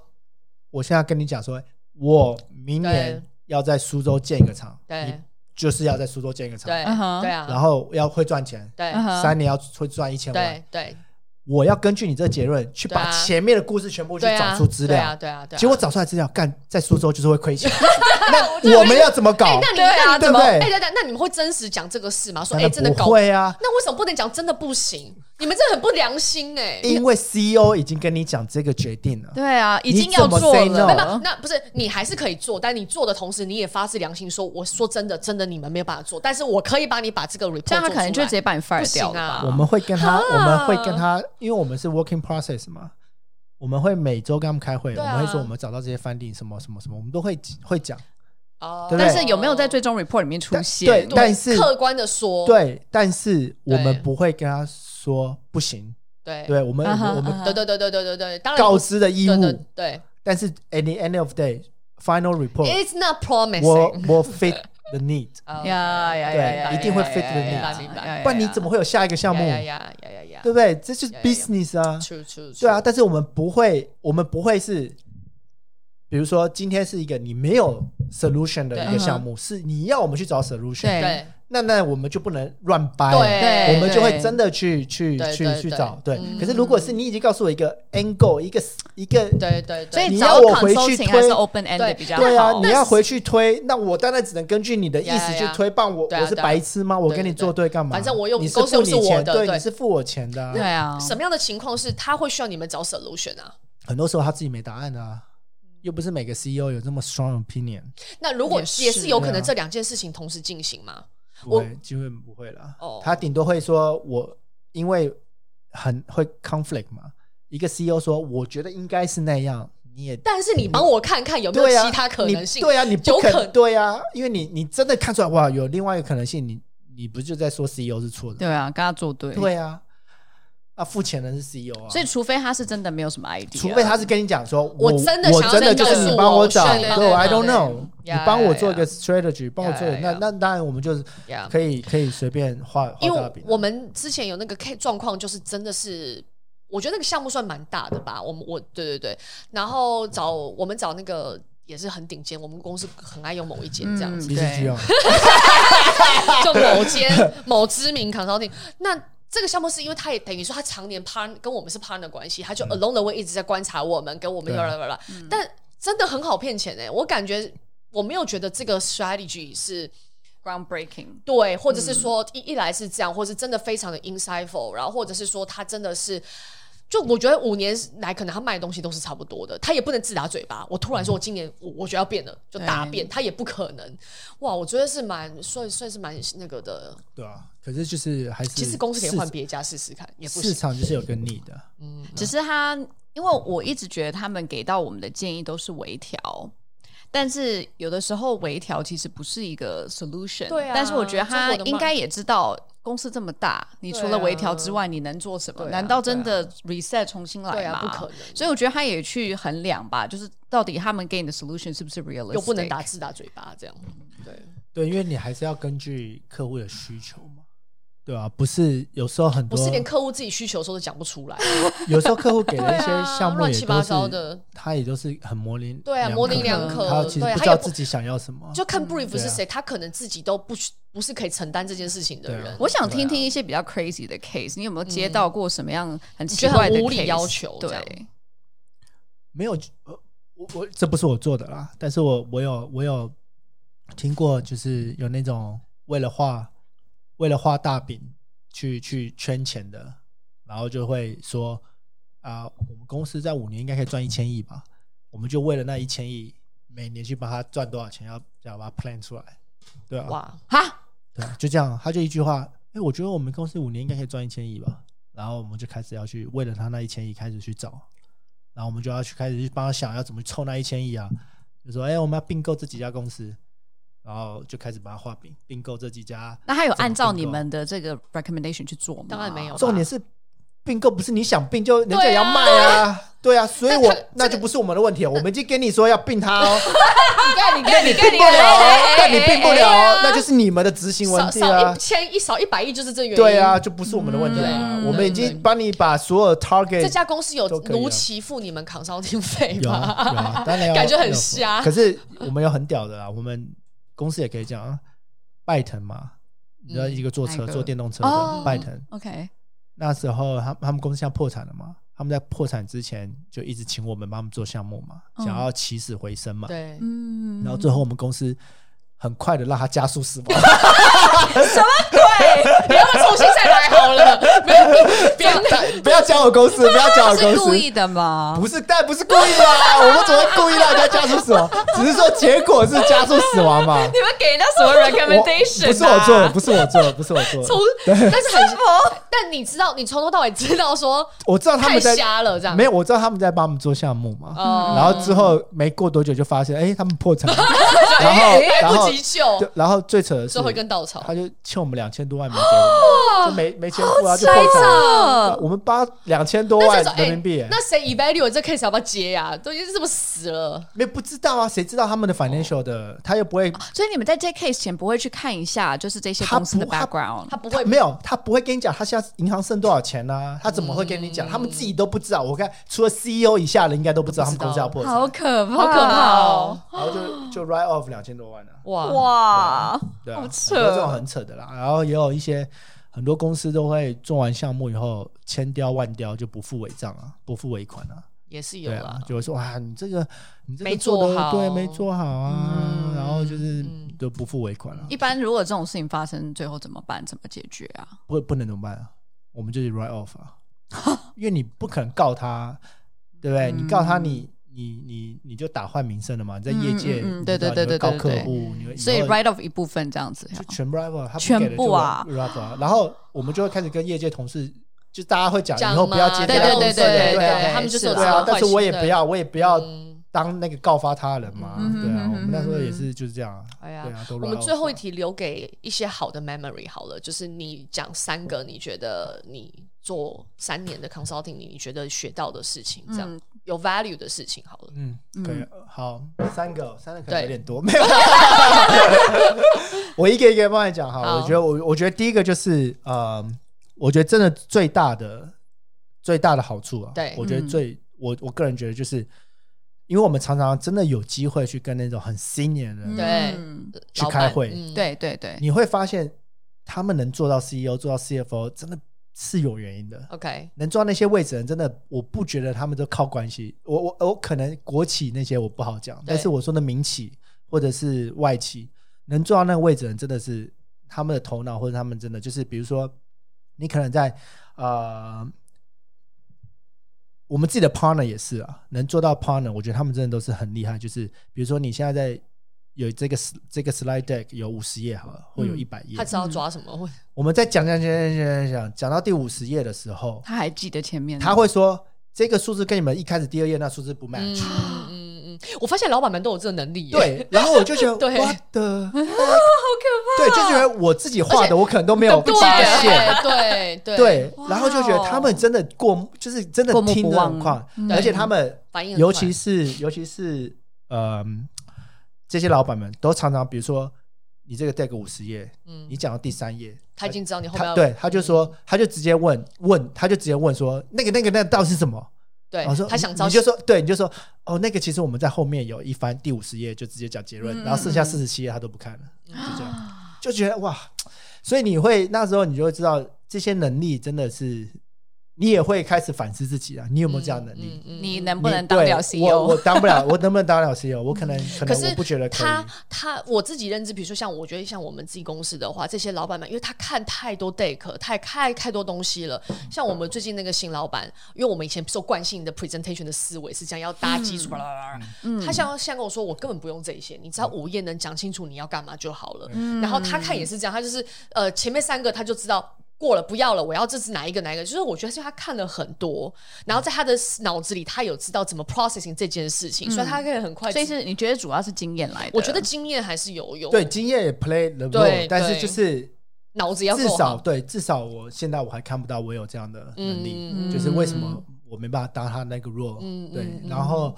A: 我现在跟你讲说，我明年
C: 对
A: 要在苏州建一个厂，
C: 对
A: 你就是要在苏州建一个厂，
C: 对
B: 嗯哼
C: 对啊，
A: 然后要会赚钱，
C: 对
B: 嗯哼
A: 三年要会赚一千万
C: 对。对
A: 我要根据你这个结论去
C: 对
A: 把
C: 啊
A: 前面的故事全部去
C: 对
A: 找
C: 啊，
A: 出资
C: 对啊
A: 料，
C: 对啊对啊。
A: 结果找出来资料，干在苏州就是会亏
C: <laughs>
A: 钱，
C: 啊
A: 那我们要怎么搞？
C: 那你
B: 对啊
C: 那你
A: 对不对
C: 哎，等等，那你们会真实讲这个事吗？说哎，
A: 那
C: 真的搞
A: 不会啊，
C: 那为什么不能讲真的不行？你们这很不良心哎、
A: 因为 CEO 已经跟你讲这个决定了，
B: 对啊，已
A: 你
B: 经要
A: 怎么
B: 做
A: say no？
C: 没有
B: 了，
C: 那不是你还是可以做，但你做的同时，你也发自良心说，我说真的，真的你们没有办法做，但是我可以帮你把这个 report
B: 这样他
C: 做
B: 可能
C: 出
B: 就
C: 来
B: 直接把你 fire 掉了
C: 啊
B: 吧。
A: 我们会跟他，我们会跟他，因为我们是 working process 嘛，我们会每周跟他们开会，我
C: 对啊
A: 们会说我们找到这些 finding 什么什么什么，我们都会会讲，
C: 哦
A: 对不对
B: 但是有没有在最终 report 里面出
A: 但
B: 现？
A: 对但是
C: 客观的说，
A: 对，但是我们
C: 对
A: 不会跟他说不行，
C: 对
A: 对我们我
B: 啊哈
A: 们我
B: 啊
A: 们
B: 哈
C: 对对对对对对对，当然
A: 告知的义
C: 对对
A: 务，
C: 对
A: 但是 at the end of day final report，
C: ，It's not
A: 我
C: promising，
A: 我 fit the need，
C: 哦
B: 呀呀
A: 对
B: 呀呀，
A: 一定会 fit the
B: 明
A: needs
B: 白
C: 明白
A: 不然你怎么会有下一个项目？
C: 哎呀呀呀呀呀
A: 对不对？这就是
C: 呀呀
A: business 啊，
C: ，true true，
A: 对啊，，但是我们不会，我们不会是，比如说今天是一个你没
C: 嗯
A: 有 solution 的一个
B: 对
A: 项目，是你要我们去找 solution，
B: 对
C: 对
A: 那那我们就不能乱掰，啊
C: 对
A: 我们就会
B: 对
A: 真的去去
C: 对
A: 去
C: 对
A: 去
C: 对
A: 找。对，
C: 嗯
A: 可是如果是你已经告诉我一个 angle，一个一个，
C: 对对，
B: 所
C: 对
B: 以
A: 你要
B: 找
A: 我回去推
B: consulting 还是 open
C: 对
B: end 比较
A: 对啊，
B: 好
A: 你？要回去推，那我当然只能根据你的意思
C: 呀呀
A: 去
C: 呀
A: 推，棒我
C: 对啊
A: 我是
C: 对啊
A: 白痴吗？我
C: 对
A: 跟你
C: 对
A: 作对干嘛？
C: 反正我又
A: 你是
C: 公司
A: 付
C: 又
A: 你
C: 是我
A: 钱，
C: 的
A: 对，
C: 对
A: 你是付我钱的啊，
B: 对啊，
C: 什么样的情况是他会需要你们找 solution 啊？
A: 很多时候他自己没答案的啊，
C: 嗯
A: 又不是每个 CEO 有这么 strong opinion。
C: 那如果
B: 也是
C: 也是有可
A: 对啊
C: 能这两件事情同时进行吗？
A: 不会，基本不会啦。
C: 哦
A: 他顶多会说我因为很会 conflict 嘛，一个 CEO 说我觉得应该是那样，你也
C: 但是你帮我看看有没有
A: 对啊，
C: 其他可能
A: 你
C: 性？
A: 对啊，你不
C: 有
A: 可
C: 可
A: 对啊，因为你你真的看出来哇，有另外一个可能性，你你不就在说 CEO 是错的？
B: 对啊，跟他作对。
A: 对啊，啊，付钱的是 CEO 啊，
B: 所以，除非他是真的没有什么 idea，
A: 除非他是跟你讲说，我
C: 啊我真的
A: 我
C: 想要
A: 真的
C: 这
A: 就
C: 个
A: 是
C: 告
A: 你
C: 诉
A: 帮
C: 我
A: 找，
C: 对对
A: 对我，I
C: 对
A: don't
C: 对
A: know，你
C: 呀
A: 帮我
C: 呀
A: 做一
C: 呀
A: 个 strategy，帮我做一个，
C: 呀
A: 那
C: 呀
A: 那当然我们就是
C: 呀
A: 可以可以随便画画
C: 因
A: 大
C: 为
A: 饼啊。
C: 我们之前有那个 K 状况，就是真的是，我觉得那个项目算蛮大的吧。我们我对对对，然后找我们找那个也是很顶尖，我们公司很爱用某一间这样子，
A: B C G 哦，
C: <laughs> 就某间某知名 consulting 那。这个项目是因为他也等于说他常年 partner 跟我们是 partner 关系，他就 along the way 一直在观察我们，跟我们
A: 对
C: 啦啦啦啦。但真的很好骗钱哎、我感觉我没有觉得这个 strategy 是
B: groundbreaking，
C: 对，或者是说一、一来是这样，或是真的非常的 insightful，然后或者是说他真的是。就我觉得五年来，可能他卖的东西都是差不多的，他也不能自打嘴巴。我突然说，我今年我我觉得要变了，就大变，他也不可能。哇，我觉得是蛮算算是蛮那个的。
A: <laughs> 对啊，可是就是还是
C: 其实公司可以
A: 市
C: 换别家试试看，也不
A: 市
C: 行。
A: 场就是有个你的，
B: 只是他，因为我一直觉得他们给到我们的建议都是微调，但是有的时候微调其实不是一个 solution。
C: 对啊
B: 但是我觉得他应该也知道公司这么大，你除
C: 对
B: 了
C: 啊
B: 微调之外，你能做什么？
C: 对啊
B: 难道真
C: 对
B: 的 reset 重新来吗？
C: 对啊，不可能，
B: 所以我觉得他也去衡量吧，就是到底他们给你的 solution 是不是 realistic，
C: 又不能打字打嘴巴这样，对，
A: 对，因为你还是要根据客户的需求嘛，对啊，不是有时候很
C: 不
A: 多，
C: 是连客户自己需求的时候都讲不出来，
A: 有时候客户给的一些
C: 对啊
A: 项目
C: 乱
A: 也
C: 七
A: 都
C: 八
A: 是
C: 糟的，
A: 他也都是很模棱
C: 对啊模棱两
A: 可
B: 可
A: 他其实
C: 对
A: 不
C: 他
A: 知
C: 也
A: 道
C: 不
A: 自己想要什么，
C: 就看 brief
A: 对啊
C: 是谁，他可能自己都不不是可以承担这件事情的
A: 对啊
C: 人。
B: 我想
C: 对啊
B: 听听一些比较 crazy 的 case，你有没有接到过什么样很奇
C: 嗯觉得很
B: 怪的 case,
C: 无理要求这样
B: 对，
A: 没有，呃我我这不是我做的啦，但是我我有我有听过，就是有那种为了画为了画大饼去去圈钱的，然后就会说啊、我们公司在五年应该可以赚一千亿吧，我们就为了那一千亿，每年去帮他赚多少钱，要要把它 plan 出来，对啊，
C: 哇，
B: 哈，
A: 对啊，就这样，他就一句话，哎，我觉得我们公司五年应该可以赚一千亿吧，然后我们就开始要去为了他那一千亿开始去找，然后我们就要去开始去帮他想要怎么凑那一千亿啊，就说，哎，我们要并购这几家公司，然后就开始把它画饼，并购这几家，
B: 那他有
A: 怎么
B: 按照
A: 并
B: 你
A: 购
B: 们的这个 recommendation 去做吗？
C: 当然没有吧
A: 重点是。并购不是你想并就人家
C: 对啊
A: 也要卖啊，对啊，所以
C: 但
A: 我
C: 他
A: 那就不是我们的问题，我们已经跟你说要并它
C: <laughs>
A: 哦，
C: 你看你
A: 但
C: 看
A: 你
C: 你
A: 并
C: 看
A: 不了哦，
C: 哎
A: 但你并不了
C: 哎哎
A: 哦
C: 哎，
A: 那就是你们的执行问
C: 少
A: 题
C: 少
A: 啊
C: 一。千一少一百亿就是这原因。
A: 对啊，，就不是我们的问题啊，
B: 嗯
A: 我们已经帮你把所有 target
C: 这家公司有
A: 都可以啊
C: 如期付你们扛烧听费
A: 有
C: 吧？
A: 啊有啊，当然有
C: 感觉很
A: 有
C: 瞎
A: 可是我们有很屌的啦，啊我们公司也可以这样啊，拜腾嘛，
C: 嗯
A: 你知道一个坐
B: 哪
A: 车
B: 一个
A: 坐电动车的
B: 哦
A: 拜腾，
B: OK，
A: 那时候他他们公司要破产了嘛，他们在破产之前就一直请我们帮他们做项目嘛，
B: 嗯
A: 想要起死回生嘛，
C: 对，
B: 嗯，
A: 然后最后我们公司很快的让他加速死
C: <laughs>
A: 亡。 <laughs>
C: 你要不要重新再来好了？没有，别
A: 不要加我公司，不要加我
B: 他
A: 公
B: 是
A: 司，
B: 故意的吗？
A: 不是，但不是故意的、
C: <laughs>
A: 啊，我们怎么会故意让人家加速死亡？只是说结果是加速死亡嘛。
B: 你们给人家什么
A: 我
B: recommendation？、啊、
A: 不是我做的，不是我做的，不是我做
C: 从 <laughs>
A: 的。，
C: 但是很，但你知道，你从头到尾知道说
A: 我知道他
C: 太
A: 们在
C: 瞎了这样，
A: 没有，我知道他们在帮我们做项目嘛。
C: 哦，
A: 然后之后没过多久就发现，哎、他们破产
C: <laughs>
A: 了。然后，然
C: 哎来不
A: 后
C: 及，救，
A: 就然后最扯的是
C: 最，后一根稻草
A: 他。就欠我们两千多万没给我们，
C: <gasps>
A: 就没没钱付啊，就破产了。
B: 的，
A: 我们八两千多
C: 那
A: 万
C: 这种
A: 人民币、
C: 哎那谁 evaluate 这 case 要不要接呀？都已经这么死了，
A: 没不知道啊，谁知道他们的 financial 的，他又不会
B: 所以你们在接 case 前不会去看一下，就是这些
A: 他
B: 公司的
A: 不他
B: background，
C: 他不会
A: 他没有，他不会跟你讲他现在银行剩多少钱呢、他怎么会跟你
C: 嗯
A: 讲？他们自己都不知道。我看除了 CEO 以下的，应该都不知道他
C: 都不
A: 们
C: 知道
A: 公司要破产，
B: 好可怕，
A: 啊
C: 好可怕哦！
A: 然后就就 write off 两千多万呢、啊。
C: 哇
B: 哇，
A: 对啊，
B: 好
A: 很多这种
B: 扯
A: 很扯的啦。然后也有一些很多公司都会做完项目以后千雕万雕就不付尾账啊，不付尾款啊。
C: 也是有
A: 对
C: 啦
A: 啊，，就会说哇，你这个你这个
C: 没
A: 做的
C: 做好
A: 对，没做好啊，
C: 嗯
A: 然后就是
C: 嗯
A: 就不付尾款了、啊，
B: 一般如果这种事情发生，最后怎么办？怎么解决啊？
A: 不不能怎么办啊？我们就是 write off 啊， <laughs> 因为你不可能告他，对不对？
B: 嗯
A: 你告他你，你你你就打坏名声了嘛。你在业界，
B: 嗯嗯嗯
A: 你知道
B: 对对对
A: 你会告
B: 对
A: 客
B: 对
A: 户，你会
B: 所以
A: 以后
B: write off 一部分这样子，
A: 就全部 write off，他不
B: 全
A: 给的就
B: 部啊
A: write off 啊。然后我们就会开始跟业界同事，就大家会讲
C: 讲
A: 以后不要接这
C: 嘛
B: 啊对
A: 家
B: 对
A: 公
B: 对
A: 司的，
B: 对
A: 对啊
C: 对，他们就说
B: 是
A: 对
B: 啦
A: 啊。但是我也不
C: 要
A: 要，我也不要
C: 嗯
A: 当那个告发他人嘛，
B: 嗯
A: 对啊。
B: 嗯
A: 我们那时候也
B: 嗯
A: 是就是这样啊，
C: 哎呀
A: 对啊，都 write off
C: 我
A: 啊。
C: 们最后一题留给一些好的 memory 好了，就是你讲三个你觉得你做三年的 consulting 你你觉得学到的事情，这样、
B: 嗯
C: 有 value 的事情好了。
A: 嗯，可以
B: 嗯，
A: 好，三个，三个可能
C: 对
A: 有点多，没
C: <laughs>
A: 有。我一个一个慢慢讲哈。
C: 好
A: 我觉得我我觉得第一个就是，呃，我觉得真的最大的最大的好处啊，
C: 对
A: 我觉得
B: 嗯
A: 最我我个人觉得就是，因为我们常常真的有机会去跟那种很 senior 的人，
C: 对
B: 嗯
A: 去
C: 老板
A: 开会
C: 嗯、，
B: 对对对，
A: 你会发现他们能做到 CEO 做到 CFO 真的是有原因的。
C: ，OK，
A: 能坐到那些位置的人，真的我不觉得他们都靠关系。我我我可能国企那些我不好讲，但是我说的民企或者是外企，能坐到那个位置的人，真的是他们的头脑或者他们真的就是，比如说你可能在呃，我们自己的 partner 也是啊，能做到 partner，我觉得他们真的都是很厉害。就是比如说你现在在有这个 s- 这个 slide deck 有五十页好了，或有
B: 嗯
A: 一百页
C: 他，知道抓什么，会
A: 我们在讲讲讲讲讲讲讲到第五十页的时候，
B: 他还记得前面的，
A: 他会说这个数字跟你们一开始第二页那数字不 match，、
C: 嗯嗯嗯，我发现老板们都有这个能力耶，
A: 对，然后我就觉得
C: <laughs> 对
A: 我的，好可怕，对，就觉得我自己画
C: 哦而且
A: 的，我可能都没有
C: 对
A: 发现，
C: 对对
A: 对
B: 哇，
A: 然后就觉得他们真的过，就是真的
B: 过目
A: 听
B: 不
A: 得
B: 忘
A: 很快，
B: 对
A: 而且他们
C: 嗯反应很快
A: 尤其是尤其是呃，这些老板们都常常，比如说你这个 deck 五十页，
C: 嗯
A: 你讲到第三页，
C: 他已经知道你后面
A: 他
C: 要嗯
A: 对他就说，他就直接问问，他就直接问说，那个那个那个到底是什么？
C: 对
A: 然哦后说，
C: 他想
A: 你
C: 招
A: 你就说对，你就说哦，那个其实我们在后面有一番第五十页就直接讲结论，
B: 嗯
A: 然后剩下
B: 嗯
A: 四十七页他都不看了，就这样，
C: 啊
A: 就觉得哇，所以你会那时候你就会知道这些能力真的是，你也会开始反思自己啊，你有没有这样的能力？
C: 嗯嗯嗯
B: 你
C: 嗯
B: 能
A: 你
B: 不能当
A: 对
B: 了 E
A: 我我
B: CEO？
A: 当不了，我能不能当了 CEO？我
C: <laughs>
A: 可能可
C: 可
A: 能
C: 是
A: 我不觉得可
C: 他
A: 以。
C: 他我自己认知，比如说像我觉得像我们自己公司的话，这些老板们，因为他看太多 deck，太太太多东西了。像我们最近那个新老板，因为我们以前受惯性的 presentation 的思维是这样，要搭基础啦啦啦啦。他像现在跟我说，我根本不用这些，你只要午夜能讲清楚你要干嘛就好了。然后他看也是这样，他就是呃前面三个他就知道。过了，不要了，我要这是哪一个哪一个？就是我觉得是他看了很多，然后在他的脑子里，他有知道怎么 processing 这件事情，所以他可以很快知道。
B: 所以是你觉得主要是经验来的？
C: 我觉得经验还是有用，
A: 啊对，经验也 play the
C: 对
A: role，但是
C: 对
A: 就是
C: 脑子要
A: 至
C: 够
A: 少
C: 好。
A: 对，至少我现在我还看不到我有这样的能力，
C: 嗯
A: 就是为什么我没办法当他那个 role，、
C: 嗯
A: 对。
C: 嗯嗯
A: 然后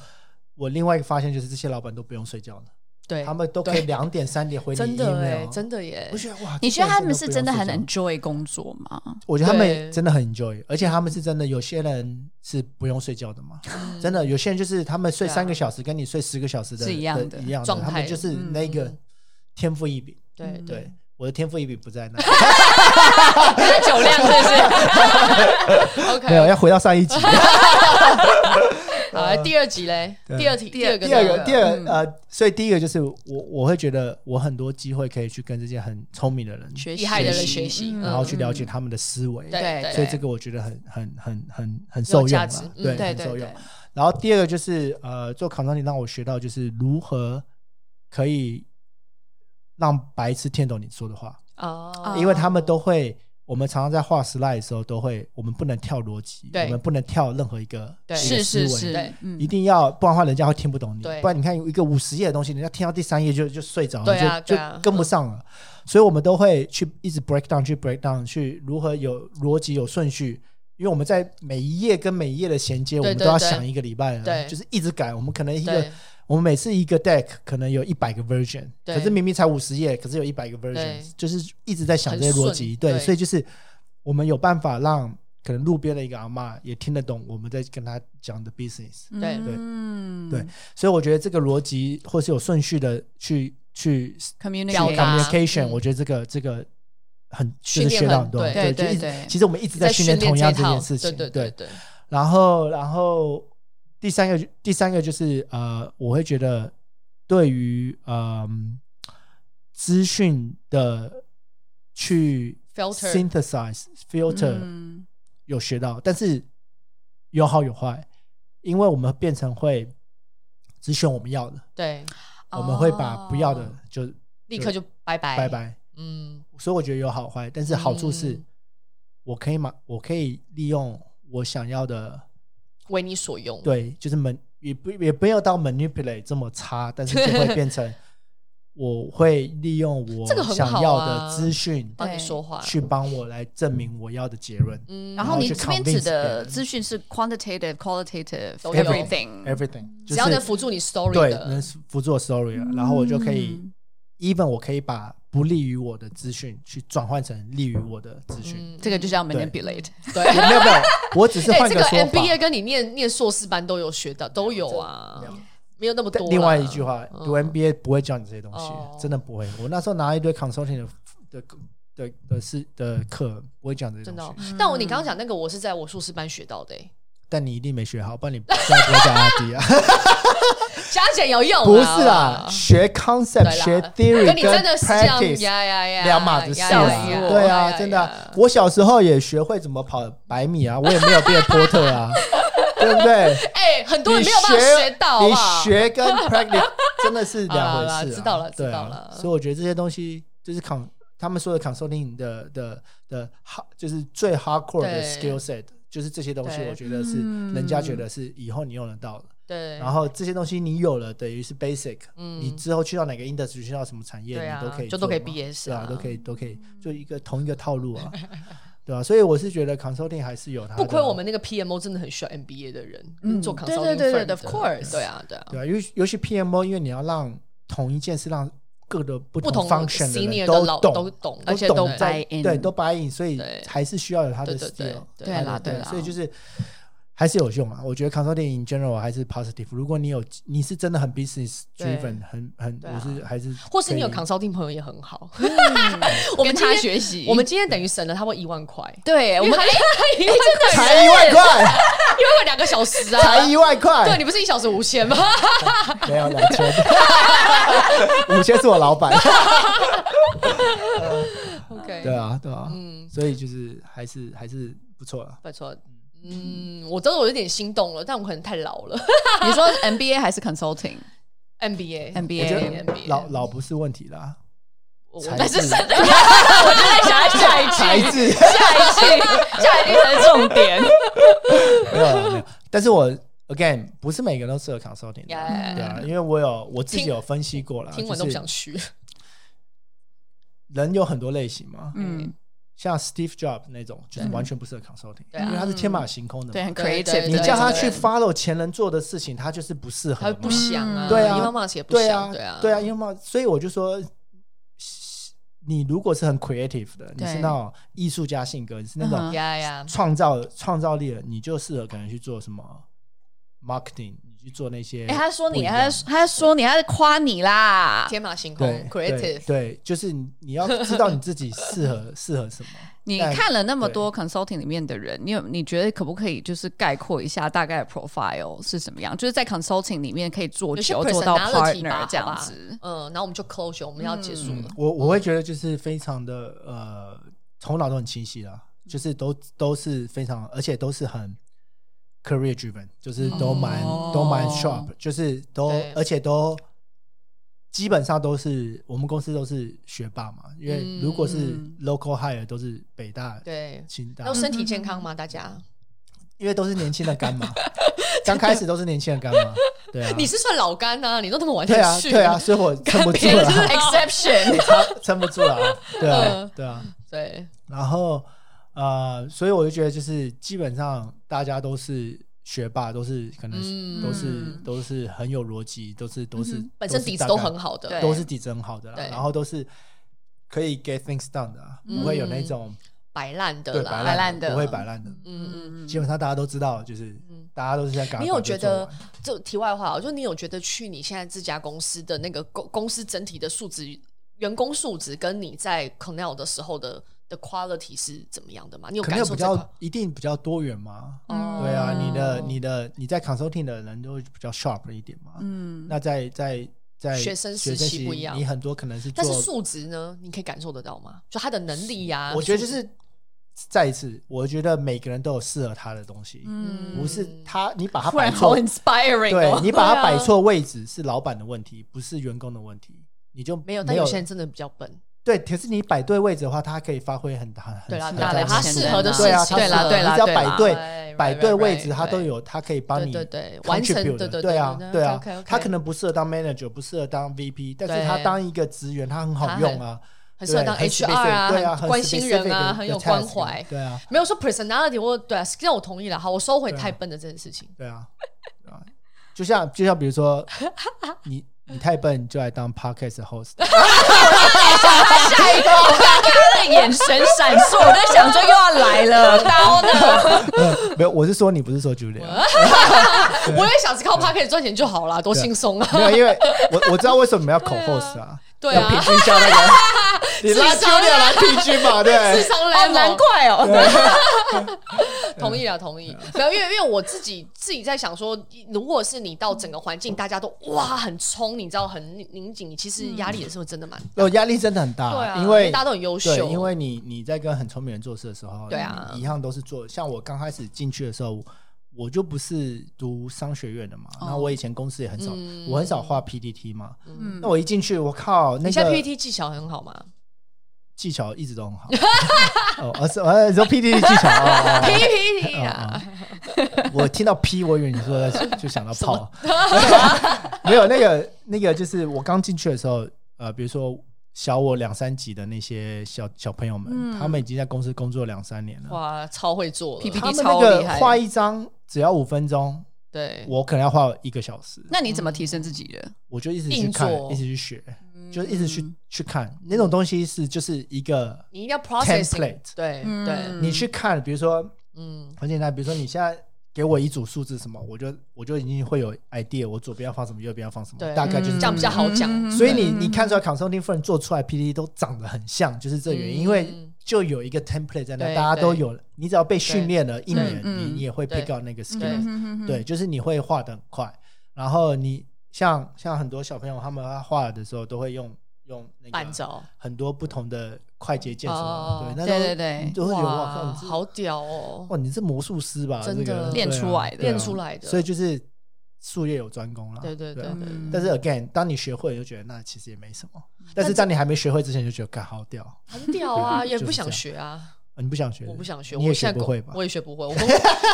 A: 我另外一个发现就是这些老板都不用睡觉了，
C: 对，
A: 他们都可以
C: 对
A: 两点三点回你
C: 真的哎、
A: email，啊
C: 真的欸耶
A: 我。觉得哇，
B: 你觉得他们是
A: 这些
B: 真
A: 人
B: 的
A: 都不用睡
B: 很
A: 觉
B: enjoy 工作吗？
A: 我觉得他
C: 对
A: 们真的很 enjoy，而且他们是真的，有些人是不用睡觉的嘛， <laughs> 真的，有些人就是他们睡
C: 嗯对啊
A: 三个小时，跟你睡十个小时的
B: 是一样的
A: 一样
C: 状态嗯
A: 他们就是那个天赋异禀。
C: 对
A: <laughs>
C: 对， <laughs>
A: 对，我的天赋异禀不在那，
C: 酒量是不是
A: <laughs> 没有
C: ？OK，
A: 要回到上一集。
C: 好，来第二集嘞，
A: 对
C: 第二题，第二个，嗯
A: 第二个，第
C: 二，
A: 二个呃，所以第一个就是我我会觉得我很多机会可以去跟这些很聪明的人，
B: 学习嗯
C: 厉害的人学习，
A: 然后去了
C: 解，
A: 解他们的思维。
C: 对
B: 对
A: 所以
C: 对
A: 这个我觉得很很很很很受
C: 有价
A: 用
C: 值
A: 啊，
C: 嗯
A: 对，
B: 对
A: 很
B: 对
A: 受用
B: 对。，
A: 然后第二个就是呃，做 consulting 让我学到就是如何可以让白痴听懂你说的话，
C: 哦，
A: 因为他们都会，我们常常在画 slide 的时候都会，我们不能跳逻辑，
C: 对
A: 我们不能跳任何一个
C: 对
A: 一个
B: 是是
A: 思维
B: 是
C: 对，
B: 嗯
A: 一定要，不然的话人家会听不懂你
C: 对。
A: 不然你看一个五十页的东西，人家听到第三页就就睡着了，
C: 对啊
A: 就
C: 对啊
A: 就跟不上了。所以我们都会去一直 break down，去 break down，去如何有逻辑、有顺序。因为我们在每一页跟每一页的衔接，我
C: 对
A: 们都要
C: 对对
A: 想一个礼拜了，啊
C: 对
A: 就是一直改。我们可能一个
C: 对，
A: 我们每次一个 deck 可能有一百个 version，
C: 对
A: 可是明明才五十页，可是有一百个
C: 对
A: version，就是一直在想
C: 很
A: 这些逻
C: 顺
A: 辑。对，
C: 对
A: 所以就是我们有办法让可能路边的一个阿嬷也听得懂我们在跟他讲的 business。
C: 对
A: 对
B: 嗯
A: 对所以我觉得这个逻辑或是有顺序的去去
C: 表
B: communicate 啊
C: 达
A: communication，、
C: 嗯
A: 我觉得这个这个很就
C: 训
A: 是
C: 练
A: 学到
C: 很
A: 很多，
C: 对
B: 对
A: 就
B: 对
A: 一直
B: 对
A: 其实我们一直在训练
C: 训
A: 同样
C: 这
A: 这
C: 一套
A: 件事情，
C: 对对对
A: 然后然后第三个第三个就是呃，我会觉得对于嗯、资讯的去
C: Filter
A: synthesize filter、
B: 嗯
A: 有学到，但是有好有坏，因为我们变成会只选我们要的，
C: 对，
A: 我们会把不要的
B: 哦
A: 就
C: 立刻就拜拜
A: 拜，拜。
C: 嗯，
A: 所以我觉得有好坏，但是好处是
C: 嗯，
A: 我可以嘛，我可以利用我想要的，
C: 嗯为你所用，
A: 对，就是门也不也不要到 manipulate 这么差，但是就会变
C: <laughs>
A: 成我会利用我
C: 这个很
A: 想
C: 好啊
A: 要的资讯
C: 帮你
B: 对
C: 说话，
A: 去帮我来证明我要的结论。
C: 嗯，
B: 然后你
A: 去
B: 这边指
A: convince 别
B: 的
A: 人
B: 资讯是 quantitative、qualitative、
C: 都
A: 有
B: everything，
A: Everything，
C: 嗯只要
A: 就是
C: 能辅助你 story
A: 对，
C: 的，嗯
A: 能辅助我 story，了然后我就可以
B: 嗯
A: even 我可以把不利于我的资讯去转换成利于我的资讯。
C: 嗯
B: 这个就叫
A: 对
B: manipulate。
C: 对
A: <laughs> 也。没有没有，我只是
C: <laughs> 哎，
A: 换
C: 这个
A: 说法。
C: MBA 跟你念念硕士班都有学到，都有啊，没有那么
A: 嗯但
C: 多啦。
A: 另外一句话，
C: 嗯
A: 读 MBA 不会教你这些东西
C: 哦，
A: 真的不会。我那时候拿一堆 consulting 的的的的事的课，不会讲这些
C: 真的
A: 东
C: 哦
A: 西。，嗯
C: 但我你刚刚讲那个，我是在我硕士班学到的，哎
A: 但你一定没学好，不然你现在不会讲阿
C: <laughs>
A: 迪啊。
C: 加减有用
A: <laughs>
C: 啊，
A: 不是啦，学 concept
C: 对啦
A: 学 theory
C: <laughs> 跟你真的是这样
A: practice
C: 呀呀呀，
A: 两码子事
C: 呀
B: 笑
C: 呀
B: 死
C: 呀
B: 我
A: 对
C: 呀
A: 啊，
C: 哎呀
A: 真的啊、
C: 呀
A: 我小时候也学会怎么跑百米啊，我也没有变波特
C: <laughs>
A: 啊，对不对？
C: 哎，很多人
A: 你
C: 没有办法学到，啊好
A: 你
C: 不好？
A: 学跟 practice 真的是两
C: <laughs> 好
A: 回事、
C: 啦
A: 啊
C: 知道了
A: 对啊
C: 知道了
A: 所以我觉得这些东西就是 con 他们说的 consulting 的的的 hard 就是最 hardcore 的
C: 对
A: skill set，就是这些东西，
C: 对
A: 我觉得是
B: 嗯
A: 人家觉得是以后你用得到的。
C: 对，
A: 然后这些东西你有了，等于是 basic，、
C: 嗯
A: 你之后去到哪个 industry，去到什么产业，
C: 对啊
A: 你都可以
C: 就都可以
A: 做嘛
C: BS
A: 对
C: 啊嗯
A: 啊，都可以都可以，就一个同一个套
C: <laughs>
A: 路啊，对吧、所以我是觉得 consulting 还是有它的，
C: 不亏我们那个 PMO 真的很需要 MBA 的人，
B: 嗯
C: 做
B: 对
C: consulting
B: 对对对
C: firm 的
B: of course
C: 对啊对啊，
A: 对啊，尤其尤其 PMO，因为你要让同一件事让各个不
C: 不
A: 同
C: 同
A: function 的
C: senior
A: 人
C: 的
A: 都
C: 老
A: 懂，
C: 都懂，
B: 而且
A: 懂
B: 都
A: 在
B: buy in
A: 对，都 buy in，所以
C: 对
A: 还是需要有它的
C: 对对
A: skill，
C: 对
B: 对啦对
A: 对
B: 啦
A: 所以就是还是有用啊。我觉得 consulting in general 还是 positive。如果你有你是真的很 business
C: 对
A: driven，很很，
C: 对啊
A: 我是还是
C: 或是你有
A: 可以
C: consulting 朋友也很
A: <laughs>
C: 好，
A: 嗯
B: 我
C: 我
B: 跟
C: 们
B: 他
C: 今天
B: 学习，
C: 我们今天等于省了他们一万块，
A: 哎
B: 对我们
C: 一万块
A: 才一万块，
C: <laughs> 一万块两个小时啊，
A: 啊才一万
C: 对
A: 块，
C: 你不是一小时五千吗？
A: 没有两千，五千是我老板，<laughs>
C: OK，
A: 对啊对啊，
C: 嗯，
A: 所以就是还是还是不错了。
C: 不错。嗯，我真的我有点心动了，但我可能太老了。 <laughs>
B: 你说 MBA 还是 consulting？
C: MBA
B: MBA
A: 我觉
B: 对
A: 得
C: MBA
A: 老老不是问题
C: <laughs>
A: 啦，
C: 我
A: 才
C: 但是 <laughs>
A: 智
C: 省了，我就在想下一
A: 才
C: 句，
A: 智。
C: 下一句，
B: 下一题才是重点。
A: <laughs> 没有啦没有，但是我 again 不是每个人都适合 consulting，的 <laughs> 对
C: 耶！
A: 啊，因为我有我自己
C: 嗯听
A: 有分析过了，
C: 听完都不想
A: 就是
C: 去。
A: 人有很多类型嘛，
B: 嗯，
A: 像 Steve Jobs 那种就是完全不适合 consulting，
C: 嗯对啊
A: 因为他是天马行空的嘛，
B: 对，很
C: 对对
B: creative。
A: 你叫他去
C: 对
A: follow 前人做的事情，他就是不适合
C: 他
A: 嘛，
C: 不想啊，
B: 嗯
A: 对啊
C: 伊万马斯也不
A: 对
C: 想，
A: 啊，
C: 对啊，
A: 对啊，因为嘛，所以我就说。你如果是很 creative 的，你
B: 对
A: 是那种艺术家性格，你是那
B: 嗯哼
A: 种
C: 呀呀，
A: 创造创造力的，你就适合可能去做什么 marketing，你去做那些不一
B: 哎，
A: 样。
B: 他说你，他在他在说你，他在夸你啦。
C: 天马行空
A: 对对
C: ，creative，
A: 对，就是你你要知道你自己适
C: <laughs>
A: 合适合什么。
B: 你
A: 但
B: 看了那么多 consulting 里面的人，你有你觉得可不可以就是概括一下大概的 profile 是什么样？就是在 consulting 里面可以做
C: 有些
B: 久做到
C: personality 吧
B: partner 这
C: 好
B: 样
C: 吧
B: 子。
C: 嗯，然后我们就 closure，我们要结束
A: 嗯
C: 了。，
A: 我我会觉得就是非常的呃，头脑都很清晰啦，就是都都是非常，而且都是很 career driven，就是都蛮、
B: 哦
A: 都蛮 sharp，就是都
C: 嗯对
A: 而且都。基本上都是我们公司都是学霸嘛，因为如果是
B: 嗯
A: local hire 都是北大、
C: 对，
A: 清大
C: 然，后身体健康吗？大家，
A: 因为都是年轻的干
C: <laughs>
A: 嘛，刚开始都是年轻的干嘛，对啊。
C: 你是算老干呐？你都那么晚
A: 对啊，
C: 才去，
A: 对啊，，所以我撑不住
C: 别
A: 了
C: 人 <laughs> 就是
A: 啊，
C: exception，
A: 撑撑不住了啊，对啊
C: 嗯，
A: <laughs> 对啊。
C: 对，
A: 然后呃，所以我就觉得，就是基本上大家都是学霸，都是可能
C: 嗯
A: 都是都是很有逻辑，都是都是
B: 嗯哼
C: 本身底子都很，好的，
A: 是大
B: 对
A: 概都是底子很好的啦
C: 对，
A: 然后都是可以 get things done 的啊，
C: 嗯
A: 不会有那种
C: 摆烂的
A: 对
C: 啦，
B: 摆烂
A: 烂
B: 的
A: 不会摆烂的。
C: 嗯嗯。
B: 嗯
A: 基本上大家都知道，就是
C: 嗯
A: 大家都是在赶快把
C: 你
A: 这
C: 有
A: 个
C: 觉
A: 做完。
C: 得就题外话哦，就你有觉得去你现在这家公司的那个公公司整体的数值、员工数值，跟你在 Cornell 的时候的的 quality 是怎么样的吗？你有
A: 可能
C: 感
A: 有
C: 受
A: 比
C: 这块
A: 较一定比较多元嘛？
C: 哦
A: 对啊，你的你的你在 consulting 的人都会比较 sharp 一点嘛。
B: 嗯，
A: 那在在在
C: 学生时期
A: 学期
C: 不一样
A: 你很多可能是做，
C: 但是数啊值呢？你可以感受得到吗？就他的能力呀、
A: 我觉得就
C: 素质
A: 是再一次，我觉得每个人都有适合他的东西，
B: 嗯
A: 不是他你把他
B: 突
A: 摆
B: 然好
A: 错，
B: inspiring
A: 对
B: 哦。
A: 你把
C: 对啊
A: 他摆错位置是老板的问题，不是员工的问题。你就
C: 没有，
A: 没
C: 但有
A: 有
C: 些人真的比较笨，
A: 对，可是你摆对位置的话，他可以发挥很大很
C: 对啦
A: 很
C: 对啦
A: 大
C: 他
A: 潜
C: 适
A: 能
C: 合的
A: 啊
C: 事
A: 对啊，
C: 情
A: 他
B: 对啦
A: 适合
B: 对啦
A: 你只要
B: 对啦
A: 摆
C: 对
A: 对摆
C: right，
A: 对
C: right，
A: 位置，他
C: right
A: 都有，他可以帮你
C: 对对对完成
A: contribute
C: 对对对
A: 的
C: 对
A: 对啊
C: 对
A: 对啊
C: OK，OK，OK，
A: 他可能不适合当 manager，不适合当 VP，但
C: 对
A: 是他当一个职员，他很好用啊，
C: 很适合
A: 对
C: 当
A: 很
C: HR
A: specific，对啊，
C: 很
A: 很
C: 关心人
A: specific
C: 啊，
A: 的
C: 很有
A: task，
C: 关怀。
A: 对啊，
C: 没有说 personality 或对啊，这我同意了。好，我收回
A: 对啊
C: 太笨的这件事情。
A: 对啊， <laughs> 对啊，就像就像比如说你你太笨，就来当 podcast host，
B: 下一个，我刚刚 <laughs> 他的眼神闪烁，我在想说又要来
C: <laughs>
B: 了， <laughs> 刀呢？
A: 呃没有，我是说你，不是说 Julia。啊
C: 我也想是靠 p a r k 赚钱就好啦，多轻松啊！
A: <laughs> 没有，因为我我知道为什么你们要口 host 啊，
C: 对啊
A: 要平均一下那个，
C: <laughs>
A: 你拉
C: 智商啊
A: Julia 来平均嘛，对啊
C: 智，商
B: 好
C: level，
B: 难怪哦。
C: 同意啊，同意。没有，因为因为我自己自己在想说，如果是你到整个环境，大家都哇很冲，你知道很拧紧，你其实压力也是会真的蛮。
A: 我压力真的很大，
C: 对啊，
A: 因为
C: 大家都很优
A: 对
C: 秀，，
A: 因为你你在跟很聪明人做事的时候，
C: 对啊
A: 你一样都是做。像我刚开始进去的时候，我就不是读商学院的嘛，然后我以前公司也很少，
C: 哦嗯
A: 我很少画 PPT 嘛。
B: 嗯
A: 那我一进去，我靠，那
C: 你现在
A: 个
C: PPT 技巧很好吗？
A: 技巧一直都很好。 <laughs> 哦，而是呃，你说 PDD 技巧啊、哦
C: 皮皮
A: 哦
C: 呀，
A: 哦我听到 P，我以为你说 <laughs> 就想到炮，
C: 对
A: 没有那个那个，就是我刚进去的时候，呃，比如说小我两三级的那些小小朋友们，
B: 嗯
A: 他们已经在公司工作两三年了，
C: <laughs> 哇，超会做了
B: PPT
A: 他们那
B: 超厉
A: 个
B: 害
A: 画一张只要五分钟，
C: 对，
A: 我可能要画一个小时，
B: 那你怎么提升自己的？
A: 我就一直去
C: 硬
A: 看，
C: 做
A: 一直去学，就是一直去、
B: 嗯
A: 去看那种东西是就是一个
C: 你一定要 processing，
A: template，
C: 对
B: 嗯
C: 对，
A: 你去看，比如说
C: 嗯，
A: 很简单，比如说你现在给我一组数字什么，我就我就已经会有 idea，我左边要放什么，右边要放什么
C: 对，
A: 大概就是
C: 这样比较好讲
B: 嗯
A: 所以你你看出来 consulting firm 做出来 PD 都长得很像，就是这原因，
C: 嗯
A: 因为就有一个 template 在那，
C: 对
A: 大家都有，你只要被训练了一年，
B: 嗯
A: 你
B: 嗯
A: 你也会
C: 对
A: pick up 那个
C: 对
A: skill，
B: 嗯
A: 对，，就是你会画的很快，然后你像像很多小朋友他们画的时候都会用用那
C: 半
A: 个
C: 招，
A: 很多不同的快捷键什
C: 哦
A: 么的，
B: 对
A: 那
B: 对
A: 都
B: 对
A: 你都会觉得哇靠，
C: 哇，
A: 你是
C: 好屌哦，
A: 哇，你是魔术师吧？
C: 真的
A: 这个
B: 练
A: 对啊
B: 出来的
A: 对啊
C: 练出来的
A: 所以就是术业有专攻啦。
C: 对对对
A: 啊
C: 对
B: 嗯
A: 但是 again，当你学会了，就觉得那其实也没什么。
C: 嗯
A: 但是当你还没学会之前，就觉得干好屌、啊
C: 很屌啊，
A: 对
C: 也不想
A: 就是
C: 学啊，
A: 你不想学，
C: 我不想学，
A: 你
C: 我
A: 也
C: 现
A: 学
C: 在
A: 不
C: 工
A: 会吧？
C: 我也学不会，我工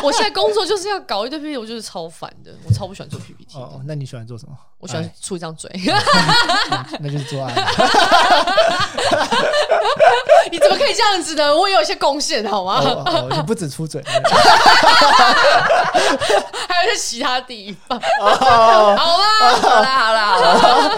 C: 我现在工作就是要搞一堆 PPT，我就是超烦的，我超不喜欢做 PPT，
A: 哦，那你喜欢做什么？
C: 我喜欢
A: 哎
C: 出一张嘴， <laughs>
A: 那就是做爱。啊
C: 你怎么可以这样子呢？我也有一些贡献好
A: 哦
C: 吗？
A: 哦，哦你不止出嘴。
C: <laughs> 还有一些其他地方，
A: 哦，
C: 好啦
B: 好啦好啦好啦。
C: 好啦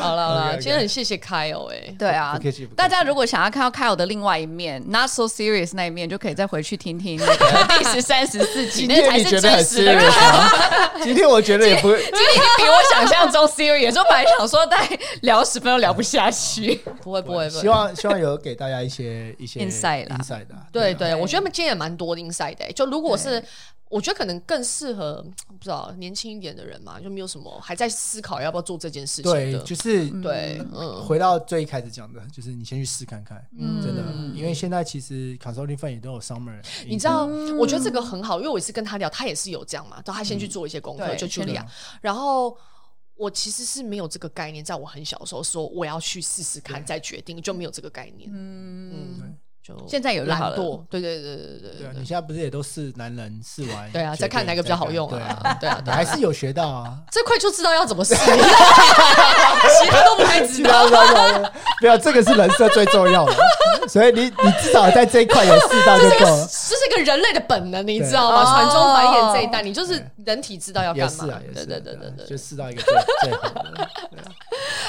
C: 好啦，
A: OK，OK
C: 今天很谢谢 Kyle 哎，
B: 对啊
A: 不客气不客气
B: 大家如果想要看到 Kyle 的另外一面，Not So Serious 那一面，就可以再回去听听那
A: <laughs>
B: 个第十三、十四集，
A: 今
B: 那
A: 天
B: 才
A: 你
B: 是
A: 觉得很
B: 真实的人。
A: serious <laughs> 吗？今天我觉得也不，
B: 今天已经比我想象中 serious，我本来想说再聊十分钟聊不下去。
C: 不 <laughs> 会不会不
A: 希
C: 会。
A: 望希望有给大家一些一些
B: Insight 啦
A: insight 啊
C: 对
A: 啊
C: 对，我觉得他们今天也蛮多 inside 的、欸就如果是，我觉得可能更适合不知道年轻一点的人嘛，就没有什么还在思考要不要做这件事情
A: 对，
C: 的。
A: 就是
C: 对，嗯，
A: 呃回到最一开始讲的，就是你先去试看看，
B: 嗯
A: 真的，因为现在其实 consulting firm 也都有 summer，
C: 你知道，我觉得这个很好，因为我也是跟他聊，他也是有这样嘛，然后他先去做一些功课，
B: 对
C: 就去
B: 先
C: 聊。然后我其实是没有这个概念，在我很小的时候说我要去试试看再决定，就没有这个概念。
B: 嗯，
C: 嗯，就
B: 现在有就
C: 懒
B: 好了
C: 惰，对对对对对
A: 对啊，你现在不是也都试男人试完，
C: 对啊
A: 决定
C: 再看哪个比较好用
A: 对
C: 啊
A: 啊，
C: 对啊对啊。
A: 你还是有学到啊
C: 这块就知道要怎么试， <laughs> 其他都不太知
A: 不 <laughs>
C: 道。
A: 要不要不要不啊要，这个是人设最重要的， <laughs> 所以你你至少在这一块有试到就
C: 这是
A: 够
C: 个
A: 了。
C: 这是个人类的本能，你知道
B: 对
C: 吗？
B: 哦
C: 传宗繁衍这一代，你就是人体知道要
A: 也
C: 干嘛
A: 是啊，，也是
C: 对
A: 啊，
C: 对对对
A: 啊
C: 对
A: 就
C: 对。
A: 试到一个最最好
C: <laughs>
A: 的，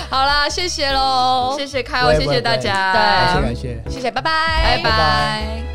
C: 好啦，谢谢喽，
B: 谢
C: 谢，
B: 谢 Kyle，
A: 喂
B: 谢谢大
A: 喂
B: 家，
A: 感谢
C: 对
A: 感谢。
C: 谢谢，拜
B: 拜
C: 拜
B: 拜。